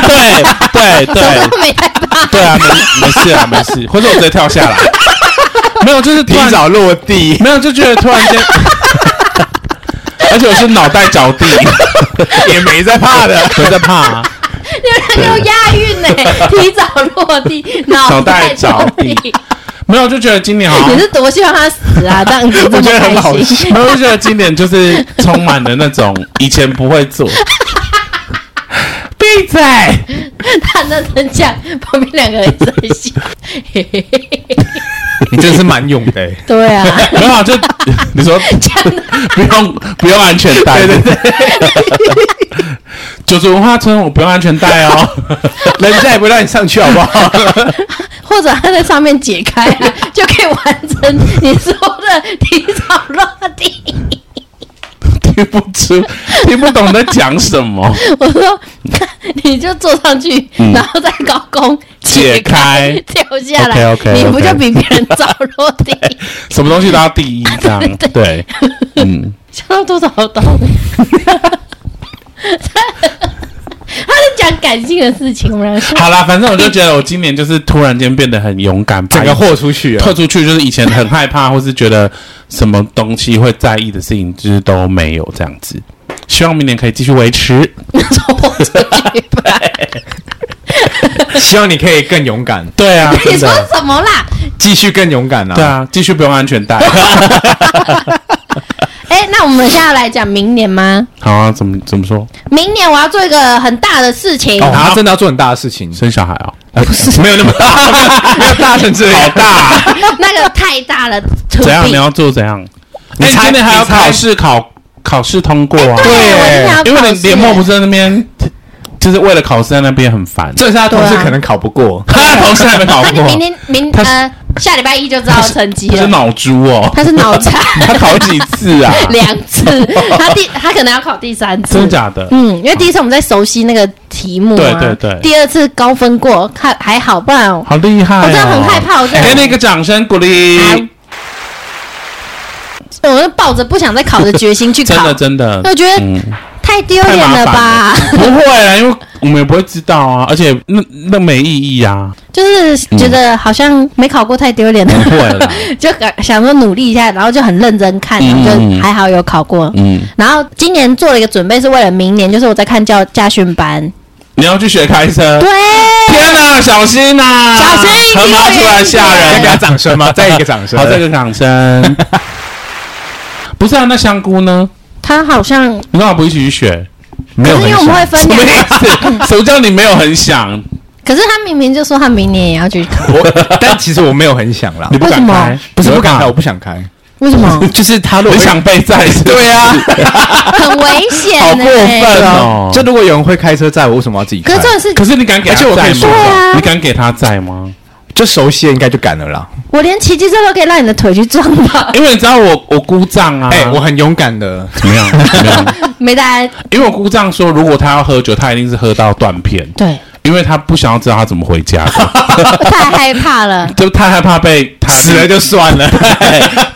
[SPEAKER 1] 对对
[SPEAKER 2] 什么
[SPEAKER 1] 对
[SPEAKER 2] 都没在怕。
[SPEAKER 1] 对啊，没没事啊，没事，或者我直接跳下来，没有，就是突
[SPEAKER 3] 提
[SPEAKER 1] 然
[SPEAKER 3] 早落地，
[SPEAKER 1] 没有，就觉得突然间， 而且我是脑袋着地，
[SPEAKER 3] 也没在怕的。
[SPEAKER 1] 我在怕、啊。
[SPEAKER 2] 你们两个有押韵呢、 提早落地，脑袋着
[SPEAKER 1] 脑袋 着地没有，就觉得今年好像
[SPEAKER 2] 你是多希望他死啊？这样子这
[SPEAKER 3] 我
[SPEAKER 2] 么
[SPEAKER 3] 觉得很好
[SPEAKER 2] 开心，
[SPEAKER 1] 然后就觉得今年就是充满了那种以前不会 做。闭嘴！
[SPEAKER 2] 他那能讲，旁边两个人在笑。嘿嘿嘿
[SPEAKER 3] 你真是蛮勇的、欸
[SPEAKER 2] 对啊，
[SPEAKER 1] 没有啊，就你说
[SPEAKER 2] 讲得
[SPEAKER 1] 不用不用安全带，对 对对。九族文化村我不用安全带 哦，
[SPEAKER 3] 人家也不让你上去，好不好？
[SPEAKER 2] 或者他在上面解开、 啊，就可以完成你说的提早落地。
[SPEAKER 1] 听不出听不懂在讲什么，
[SPEAKER 2] 我说， 你就坐上去，然后在高空
[SPEAKER 1] 嗯解开
[SPEAKER 2] 跳下来
[SPEAKER 1] OK，OK，OK
[SPEAKER 2] 你不就比别人早落 地？
[SPEAKER 1] 什么东西都要第一 张， 对，嗯，
[SPEAKER 2] 想到多少刀？ 他在讲感性的事情，我们俩说
[SPEAKER 1] 好啦，反正我就觉得我今年就是突然间变得很勇敢，
[SPEAKER 3] 整个豁出去 啊
[SPEAKER 1] 特
[SPEAKER 3] 了。
[SPEAKER 1] 出去，就是以前很害怕或是觉得什么东西会在意的事情，就是都没有这样子。希望明年可以继续维 持。
[SPEAKER 2] 拖出去 吧。
[SPEAKER 3] 希望你可以更勇敢，
[SPEAKER 1] 对啊，
[SPEAKER 2] 你
[SPEAKER 1] 真
[SPEAKER 2] 说
[SPEAKER 1] 的，
[SPEAKER 2] 什么啦？
[SPEAKER 3] 继续更勇敢啊！
[SPEAKER 1] 对，啊，继续不用安全带。
[SPEAKER 2] 哎，那我们现在来讲明年吗？
[SPEAKER 1] 好啊，怎么怎么说？
[SPEAKER 2] 明年我要做一个很大的事情，
[SPEAKER 3] 哦，他真的要做很大的事情，
[SPEAKER 1] 生小孩啊、
[SPEAKER 3] 呃没有 那么大，没有大成这样。好 大、
[SPEAKER 2] 那个太大了。to
[SPEAKER 1] 怎样？
[SPEAKER 2] be
[SPEAKER 1] 你要做怎样？
[SPEAKER 3] 你
[SPEAKER 1] 哎
[SPEAKER 3] 猜
[SPEAKER 1] 今年还要
[SPEAKER 3] 你猜
[SPEAKER 1] 考试考考试通过啊？
[SPEAKER 2] 对，我今天要
[SPEAKER 1] 因为
[SPEAKER 2] 考
[SPEAKER 1] 你
[SPEAKER 2] 试
[SPEAKER 1] 联络不是在那边，就是为了考试在那边很烦。
[SPEAKER 3] 这是他同事
[SPEAKER 2] 对啊
[SPEAKER 3] 可能考不过，
[SPEAKER 1] 他考试还没考
[SPEAKER 2] 那你
[SPEAKER 1] 过，
[SPEAKER 2] 明天明呃下礼拜一就知道成绩
[SPEAKER 1] 他是
[SPEAKER 2] 了。
[SPEAKER 1] 脑猪 哦，
[SPEAKER 2] 他是脑残
[SPEAKER 1] 他考几次 啊？
[SPEAKER 2] 两次，他第他可能要考第三次。
[SPEAKER 1] 真的假的？
[SPEAKER 2] 嗯，因为第一次我们在熟悉那个题目、啊，
[SPEAKER 1] 对对对
[SPEAKER 2] 第二次高分过，看还好，不然我
[SPEAKER 1] 好厉害、哦！
[SPEAKER 2] 真的很害怕，我真
[SPEAKER 1] 给
[SPEAKER 2] 的哎
[SPEAKER 1] 你一个掌声鼓励，
[SPEAKER 2] 我是抱着不想再考的决心去
[SPEAKER 1] 真
[SPEAKER 2] 考
[SPEAKER 1] 的，真的
[SPEAKER 2] 因为，我觉得
[SPEAKER 1] 嗯，
[SPEAKER 2] 太丢脸了吧？
[SPEAKER 1] 不会啦，因为我们也不会知道啊，而且那那没意义啊，
[SPEAKER 2] 就是觉得好像没考过太丢脸了，
[SPEAKER 1] 嗯不会啦，
[SPEAKER 2] 就想说努力一下，然后就很认真看，然后就还好有考过。
[SPEAKER 1] 嗯，
[SPEAKER 2] 然后今年做了一个准备，是为了明年，就是我在看教驾训班。
[SPEAKER 1] 你要去学开车
[SPEAKER 2] 对，，
[SPEAKER 1] 呃天哪，小心啊呐，
[SPEAKER 2] 小心
[SPEAKER 1] 河
[SPEAKER 2] 一定
[SPEAKER 1] 马
[SPEAKER 2] 会
[SPEAKER 1] 突然吓
[SPEAKER 3] 再
[SPEAKER 1] 人啊
[SPEAKER 3] 给，他掌声 吗？再一个掌声。
[SPEAKER 1] 好，这个掌 声。不是啊，那香菇呢？
[SPEAKER 2] 他好像，
[SPEAKER 1] 你干嘛不一起去学？
[SPEAKER 3] 没
[SPEAKER 2] 可
[SPEAKER 3] 有
[SPEAKER 2] 是因
[SPEAKER 3] 很
[SPEAKER 2] 为我们
[SPEAKER 3] 想
[SPEAKER 2] 会分
[SPEAKER 1] 什么
[SPEAKER 2] 两
[SPEAKER 1] 意
[SPEAKER 2] 个，
[SPEAKER 1] 思？什么叫你没有很想？
[SPEAKER 2] 可是他明明就说他明年也要去 考，
[SPEAKER 3] 我 但其实我没有很想啦
[SPEAKER 1] 你，不
[SPEAKER 2] 为什
[SPEAKER 1] 敢
[SPEAKER 2] 么
[SPEAKER 1] 开？
[SPEAKER 3] 不是不敢开，我
[SPEAKER 1] 我
[SPEAKER 3] 不想开，
[SPEAKER 2] 为什么？
[SPEAKER 3] 就是他如
[SPEAKER 1] 很
[SPEAKER 3] 果
[SPEAKER 1] 想被载。
[SPEAKER 3] 对啊，
[SPEAKER 2] 很危险、欸，
[SPEAKER 1] 好过分哦！
[SPEAKER 3] 就如果有人会开车载我，为什么要自己
[SPEAKER 2] 可
[SPEAKER 3] 开
[SPEAKER 2] 是？这种事
[SPEAKER 1] 可，是你敢给他
[SPEAKER 3] 而且我可
[SPEAKER 1] 载
[SPEAKER 3] 以
[SPEAKER 1] 吗？
[SPEAKER 3] 说
[SPEAKER 2] 对啊
[SPEAKER 1] 你敢给他载吗？
[SPEAKER 3] 就熟悉的应该就敢了啦。
[SPEAKER 2] 我连骑机车都可以让你的腿去撞吧？
[SPEAKER 1] 因为你知道我我姑丈啊，
[SPEAKER 3] 哎，我很勇敢的，
[SPEAKER 1] 怎么样？怎么样？
[SPEAKER 2] 没大家
[SPEAKER 1] 因为我姑丈说，如果他要喝酒，他一定是喝到断片，
[SPEAKER 2] 对，
[SPEAKER 1] 因为他不想要知道他怎么回家 的，
[SPEAKER 2] 太害怕了
[SPEAKER 1] 就太害怕被他
[SPEAKER 3] 死了就算 了。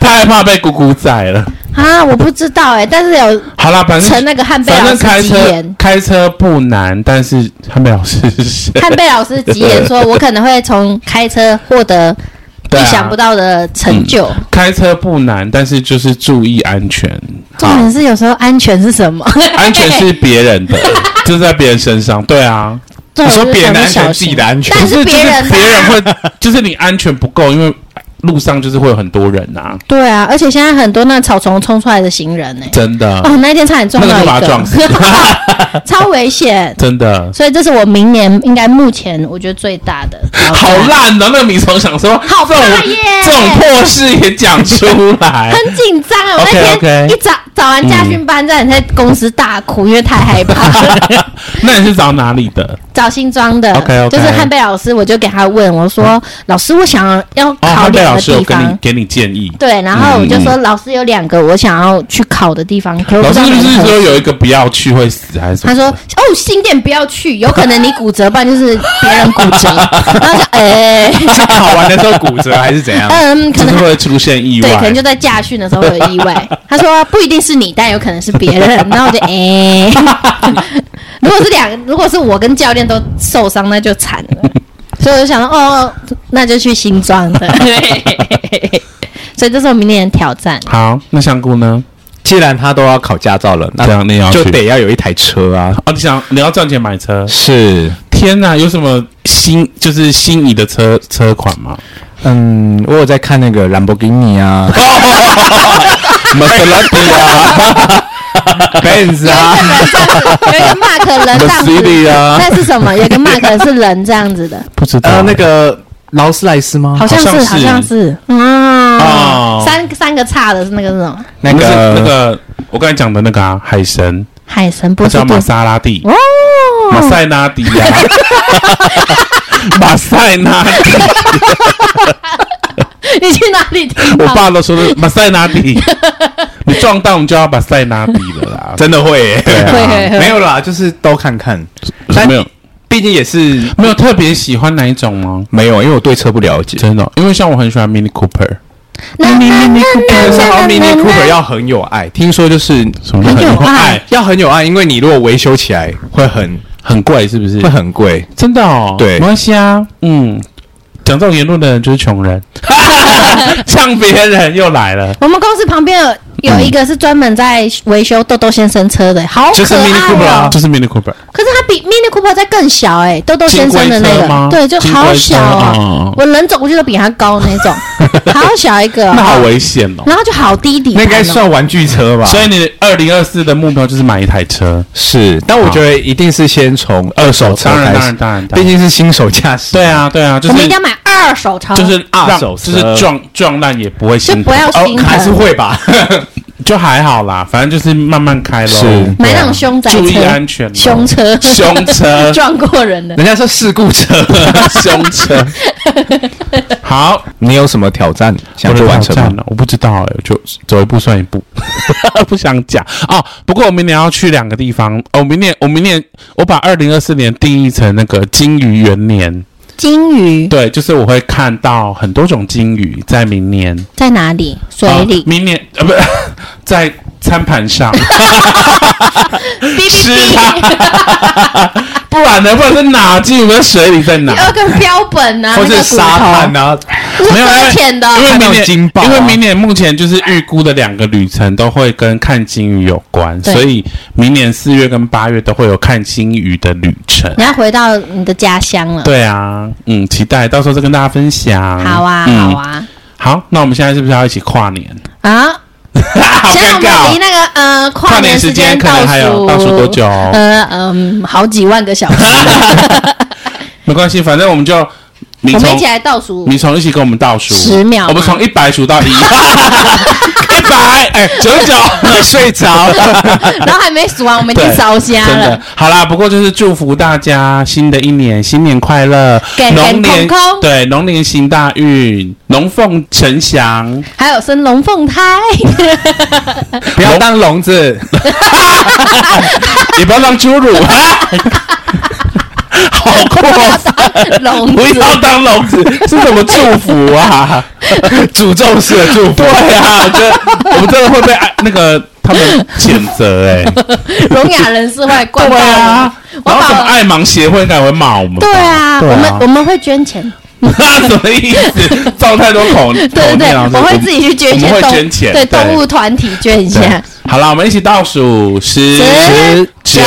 [SPEAKER 1] 太害怕被姑姑载了。
[SPEAKER 2] 啊！我不知道哎、但是有
[SPEAKER 1] 好啦，反正
[SPEAKER 2] 成那个汉贝
[SPEAKER 1] 反
[SPEAKER 2] 老
[SPEAKER 1] 正开
[SPEAKER 2] 师吉
[SPEAKER 1] 车
[SPEAKER 2] 言，
[SPEAKER 1] 开车不难，但是汉贝老师是谁？
[SPEAKER 2] 汉贝老师吉言说，我可能会从开车获得
[SPEAKER 1] 对
[SPEAKER 2] 意
[SPEAKER 1] 啊
[SPEAKER 2] 想不到的成就。
[SPEAKER 1] 开车不难，但是就是注意安全。
[SPEAKER 2] 重点是有时候安全是什 么？
[SPEAKER 1] 安全是别人 的，就是在别人身上。对啊，
[SPEAKER 2] 对，
[SPEAKER 3] 你说
[SPEAKER 2] 我就
[SPEAKER 3] 别人的
[SPEAKER 2] 想
[SPEAKER 3] 安全，
[SPEAKER 2] 小
[SPEAKER 3] 自己
[SPEAKER 2] 心
[SPEAKER 3] 的安全
[SPEAKER 2] 但，是
[SPEAKER 1] 不
[SPEAKER 2] 别
[SPEAKER 1] 就
[SPEAKER 2] 人的
[SPEAKER 1] 是别人会，就是你安全不够，因为路上就是会有很多人啊，
[SPEAKER 2] 对啊，而且现在很多那草丛冲出来的行人呢、
[SPEAKER 1] 真的，
[SPEAKER 2] 哦，那一天差点撞到一
[SPEAKER 1] 嗯那个就把
[SPEAKER 2] 超危险。
[SPEAKER 1] 真的。
[SPEAKER 2] 所以这是我明年应该目前我觉得最大的挑战
[SPEAKER 1] 好烂啊的、那个米虫想说，
[SPEAKER 2] 好
[SPEAKER 1] 这种
[SPEAKER 2] 大耶
[SPEAKER 1] 这种破事也讲出 来，
[SPEAKER 2] 很紧张啊！我那
[SPEAKER 1] OK，OK
[SPEAKER 2] 天一早早完家训班，在在公司大哭，因为太害 怕了。
[SPEAKER 1] 那你是找哪里的？
[SPEAKER 2] 找新装的
[SPEAKER 1] OK，OK 嗯
[SPEAKER 2] 就是汉贝老师，我就给他问我说：“老师，我想要
[SPEAKER 1] 哦，
[SPEAKER 2] 考
[SPEAKER 1] 汉贝
[SPEAKER 2] 两
[SPEAKER 1] 老
[SPEAKER 2] 个
[SPEAKER 1] 师有
[SPEAKER 2] 地
[SPEAKER 1] 跟你
[SPEAKER 2] 方。
[SPEAKER 1] 给你建议”，
[SPEAKER 2] 对，然后我就说：“
[SPEAKER 1] 嗯
[SPEAKER 2] 老师有两个我想要去考的地方，可我
[SPEAKER 1] 老
[SPEAKER 2] 不知
[SPEAKER 1] 师是
[SPEAKER 2] 道
[SPEAKER 1] 不
[SPEAKER 2] 哪
[SPEAKER 1] 是
[SPEAKER 2] 个
[SPEAKER 1] 说有一个不要去会死还是什
[SPEAKER 2] 他
[SPEAKER 1] 么？
[SPEAKER 2] 说：“哦，新店不要去，有可能你骨折，不然就是别人骨 折。”然后就哎，
[SPEAKER 3] 是考完的时候骨折还是怎样？
[SPEAKER 2] 嗯，可
[SPEAKER 1] 就
[SPEAKER 2] 能
[SPEAKER 1] 是
[SPEAKER 2] 他
[SPEAKER 1] 会出现意外，
[SPEAKER 2] 对，可能就在驾训的时候会有意外。 他说啊不一定是你，但有可能是别人。然后我就哎， 如果是两个，如果是我跟教练都受伤，那就惨 了。所以我就想说，哦，那就去新庄的。 所以这是我明年的挑 战。
[SPEAKER 1] 好，那香菇呢？
[SPEAKER 3] 既然他都要考驾照了，
[SPEAKER 1] 这样你也
[SPEAKER 3] 那
[SPEAKER 1] 要去
[SPEAKER 3] 就得要有一台车啊。
[SPEAKER 1] 哦，你想你要赚钱买车？
[SPEAKER 3] 是，
[SPEAKER 1] 天哪，有什么新就是心仪的车车款吗？
[SPEAKER 3] 嗯，我有在看那个兰博基 尼啊，Maserati 啊 ，Benz 啊，
[SPEAKER 2] 有一个 Mark 人这样
[SPEAKER 3] Mercedes
[SPEAKER 2] 子，
[SPEAKER 3] 啊
[SPEAKER 2] 那是什么？有一个 Mark 是人这样 子的，
[SPEAKER 1] 不知
[SPEAKER 3] 呃，那个劳斯莱斯吗
[SPEAKER 2] 好？像是，
[SPEAKER 1] 哦好像是
[SPEAKER 2] 好像是，嗯
[SPEAKER 1] 哦，
[SPEAKER 2] 三三个叉的是那个是什么？
[SPEAKER 3] 那
[SPEAKER 1] 是
[SPEAKER 3] 个
[SPEAKER 1] 那个我刚才讲的那个啊，海神，
[SPEAKER 2] 海神
[SPEAKER 1] 他
[SPEAKER 2] 不是
[SPEAKER 1] 叫
[SPEAKER 2] 不
[SPEAKER 1] 玛莎拉蒂，
[SPEAKER 2] 哦，
[SPEAKER 1] 马塞纳蒂 呀，马塞纳蒂，
[SPEAKER 2] 你去哪里听
[SPEAKER 1] 我
[SPEAKER 2] 到？
[SPEAKER 1] 爸都说的马塞纳 蒂，你撞到你就要马塞纳蒂了啦，
[SPEAKER 3] 真的会耶，
[SPEAKER 1] 对
[SPEAKER 2] 会
[SPEAKER 1] 啊，
[SPEAKER 2] 会会
[SPEAKER 3] 没有啦，就是都看看，但
[SPEAKER 1] 没有
[SPEAKER 3] 毕竟也是
[SPEAKER 1] 没有特别喜欢哪一种吗？
[SPEAKER 3] 没有，因为我对车不了解。
[SPEAKER 1] 真的哦，因为像我很喜欢 Mini Cooper，
[SPEAKER 2] Mini Mini Cooper
[SPEAKER 3] 可是好像 Mini Cooper 要很有爱，听说就是
[SPEAKER 1] 什么叫
[SPEAKER 2] 很有爱
[SPEAKER 3] 要很有爱，因为你如果维修起来会很
[SPEAKER 1] 很贵是不是
[SPEAKER 3] 会？很贵。
[SPEAKER 1] 真的哦，
[SPEAKER 3] 对
[SPEAKER 1] 没关系啊，嗯，讲这种言论的人就是穷 人，呛别人又来了，
[SPEAKER 2] 我们公司旁边有有一个是专门在维修豆豆先生车的，好可
[SPEAKER 3] 就是 Mini
[SPEAKER 2] 爱
[SPEAKER 3] Cooper
[SPEAKER 2] 哦。
[SPEAKER 3] 啊
[SPEAKER 1] 嗯就是 Mini Cooper，
[SPEAKER 2] 可是它比 Mini Cooper 在更小哎，豆豆先生的那
[SPEAKER 1] 金龟车吗
[SPEAKER 2] 个，对，就好
[SPEAKER 1] 金
[SPEAKER 2] 小
[SPEAKER 1] 龟车
[SPEAKER 2] 啊
[SPEAKER 1] 哦，
[SPEAKER 2] 我人走过去都比它高那 种，好小一个哦。
[SPEAKER 1] 那好危险哦。
[SPEAKER 2] 然后就好低底盘哦，
[SPEAKER 3] 那应该算玩具车吧？
[SPEAKER 1] 所以你二零二四的目标就是买一台车，
[SPEAKER 3] 是，但我觉得一定是先从二手车
[SPEAKER 1] 啊当然
[SPEAKER 3] 开
[SPEAKER 1] 当
[SPEAKER 3] 始
[SPEAKER 1] 然，当然，当
[SPEAKER 3] 毕
[SPEAKER 1] 然
[SPEAKER 3] 竟是新手驾驶。
[SPEAKER 1] 对，啊对啊，就
[SPEAKER 2] 我
[SPEAKER 1] 是
[SPEAKER 2] 们应该买二手车，
[SPEAKER 1] 啊就是
[SPEAKER 3] 二
[SPEAKER 1] 让
[SPEAKER 3] 手车
[SPEAKER 1] 就是撞撞烂也不会
[SPEAKER 2] 就
[SPEAKER 1] 心
[SPEAKER 2] 不
[SPEAKER 1] 疼，
[SPEAKER 2] 要
[SPEAKER 3] 哦
[SPEAKER 2] 新，
[SPEAKER 3] 还是
[SPEAKER 2] 的，
[SPEAKER 3] 会吧？
[SPEAKER 1] 就还好啦，反正就是慢慢开啊喽，
[SPEAKER 3] 是
[SPEAKER 2] 买那种凶宅
[SPEAKER 1] 注意
[SPEAKER 2] 车、
[SPEAKER 1] 安全咯，嗯
[SPEAKER 2] 凶车、
[SPEAKER 1] 凶车
[SPEAKER 2] 撞过人的。
[SPEAKER 3] 人家说事 故车，
[SPEAKER 1] 凶车，好，
[SPEAKER 3] 你有什么挑战想去
[SPEAKER 1] 我的
[SPEAKER 3] 完
[SPEAKER 1] 挑
[SPEAKER 3] 成
[SPEAKER 1] 战
[SPEAKER 3] 吗？
[SPEAKER 1] 呢？我不知道哎、就走一步算一步， 不想讲哦。不过我明年要去两个地方，哦、我明年我明年我把二零二四年定义成那个金鱼元年，
[SPEAKER 2] 金鱼
[SPEAKER 1] 对，就是我会看到很多种金鱼在明年
[SPEAKER 2] 在哪里？水
[SPEAKER 1] 哦
[SPEAKER 2] 里。
[SPEAKER 1] 明年呃不 在餐盘 上，
[SPEAKER 2] 哔哔
[SPEAKER 1] 是啊
[SPEAKER 2] 哔，
[SPEAKER 1] 不然呢？不然在哪？进你们水里在哪？
[SPEAKER 2] 有个标本 啊，
[SPEAKER 3] 或
[SPEAKER 2] 那
[SPEAKER 3] 是
[SPEAKER 2] 个骨
[SPEAKER 3] 沙滩
[SPEAKER 2] 头，
[SPEAKER 3] 啊，
[SPEAKER 2] 不是
[SPEAKER 1] 没有因为
[SPEAKER 2] 搁浅的，
[SPEAKER 1] 因为明
[SPEAKER 3] 看
[SPEAKER 1] 年
[SPEAKER 3] 到金豹啊
[SPEAKER 1] 因为明年目前就是预估的两个旅程都会跟看金鱼有关，
[SPEAKER 2] 对
[SPEAKER 1] 所以明年四月跟八月都会有看金鱼的旅程。
[SPEAKER 2] 你要回到你的家乡了。
[SPEAKER 1] 对啊，嗯，期待到时候再跟大家分享。
[SPEAKER 2] 好啊，
[SPEAKER 1] 嗯
[SPEAKER 2] 好，啊，
[SPEAKER 1] 好，那我们现在是不是要一起跨 年？
[SPEAKER 2] 啊！
[SPEAKER 1] 好
[SPEAKER 2] 现在
[SPEAKER 1] 尴
[SPEAKER 2] 我们
[SPEAKER 1] 尬
[SPEAKER 2] 离
[SPEAKER 1] 哦。
[SPEAKER 2] 那个呃跨
[SPEAKER 1] 跨年时
[SPEAKER 2] 间
[SPEAKER 1] 间可能还有倒数多久
[SPEAKER 2] 呃嗯，好几万个小时，
[SPEAKER 1] 没关系，反正我们就 你
[SPEAKER 2] 我们一
[SPEAKER 1] 从
[SPEAKER 2] 起来倒数
[SPEAKER 1] 你从一起跟我们倒数
[SPEAKER 2] 10秒吗
[SPEAKER 1] 我们从一百数到一，一百哎九十九。
[SPEAKER 3] 会 睡着。
[SPEAKER 2] 然后还没数完，我们已经
[SPEAKER 1] 对
[SPEAKER 2] 烧瞎
[SPEAKER 1] 真的
[SPEAKER 2] 了。，
[SPEAKER 1] 好啦，不过就是祝福大家新的一年新年快乐，
[SPEAKER 2] 健健
[SPEAKER 1] 龙年
[SPEAKER 2] 康康
[SPEAKER 1] 对龙年行大运，龙凤呈祥，
[SPEAKER 2] 还有生龙 凤胎，
[SPEAKER 3] 不要当聋子，
[SPEAKER 1] 也不要当侏儒， 好过分，
[SPEAKER 2] 龙
[SPEAKER 1] 不
[SPEAKER 2] 子
[SPEAKER 1] 要当聋子，是什么祝福啊？
[SPEAKER 3] 诅咒式的祝福。
[SPEAKER 1] 对啊，我觉得我们真的会被哎那个他们谴责哎、
[SPEAKER 2] 聋哑人士会灌爆
[SPEAKER 1] 对
[SPEAKER 2] 我们
[SPEAKER 1] 啊，
[SPEAKER 2] 我
[SPEAKER 1] 然后
[SPEAKER 2] 把
[SPEAKER 1] 什么
[SPEAKER 2] 我
[SPEAKER 1] 爱盲协会应该会骂我们吧，
[SPEAKER 2] 对啊，
[SPEAKER 3] 对啊
[SPEAKER 2] 我们我们会捐钱，
[SPEAKER 1] 那什么意思？造太多口
[SPEAKER 2] 对对
[SPEAKER 1] 口
[SPEAKER 2] 对，
[SPEAKER 1] 念啊
[SPEAKER 2] 我会自己去捐一
[SPEAKER 1] 我
[SPEAKER 2] 些
[SPEAKER 1] 们会
[SPEAKER 2] 动
[SPEAKER 1] 捐钱
[SPEAKER 2] 对
[SPEAKER 1] 对
[SPEAKER 2] 动物团体捐 一下。
[SPEAKER 1] 好了，我们一起倒数十、
[SPEAKER 2] 十
[SPEAKER 1] 九、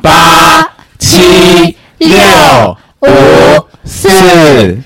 [SPEAKER 2] 八
[SPEAKER 1] 八、七、
[SPEAKER 2] 六
[SPEAKER 1] 六、
[SPEAKER 2] 五
[SPEAKER 3] 四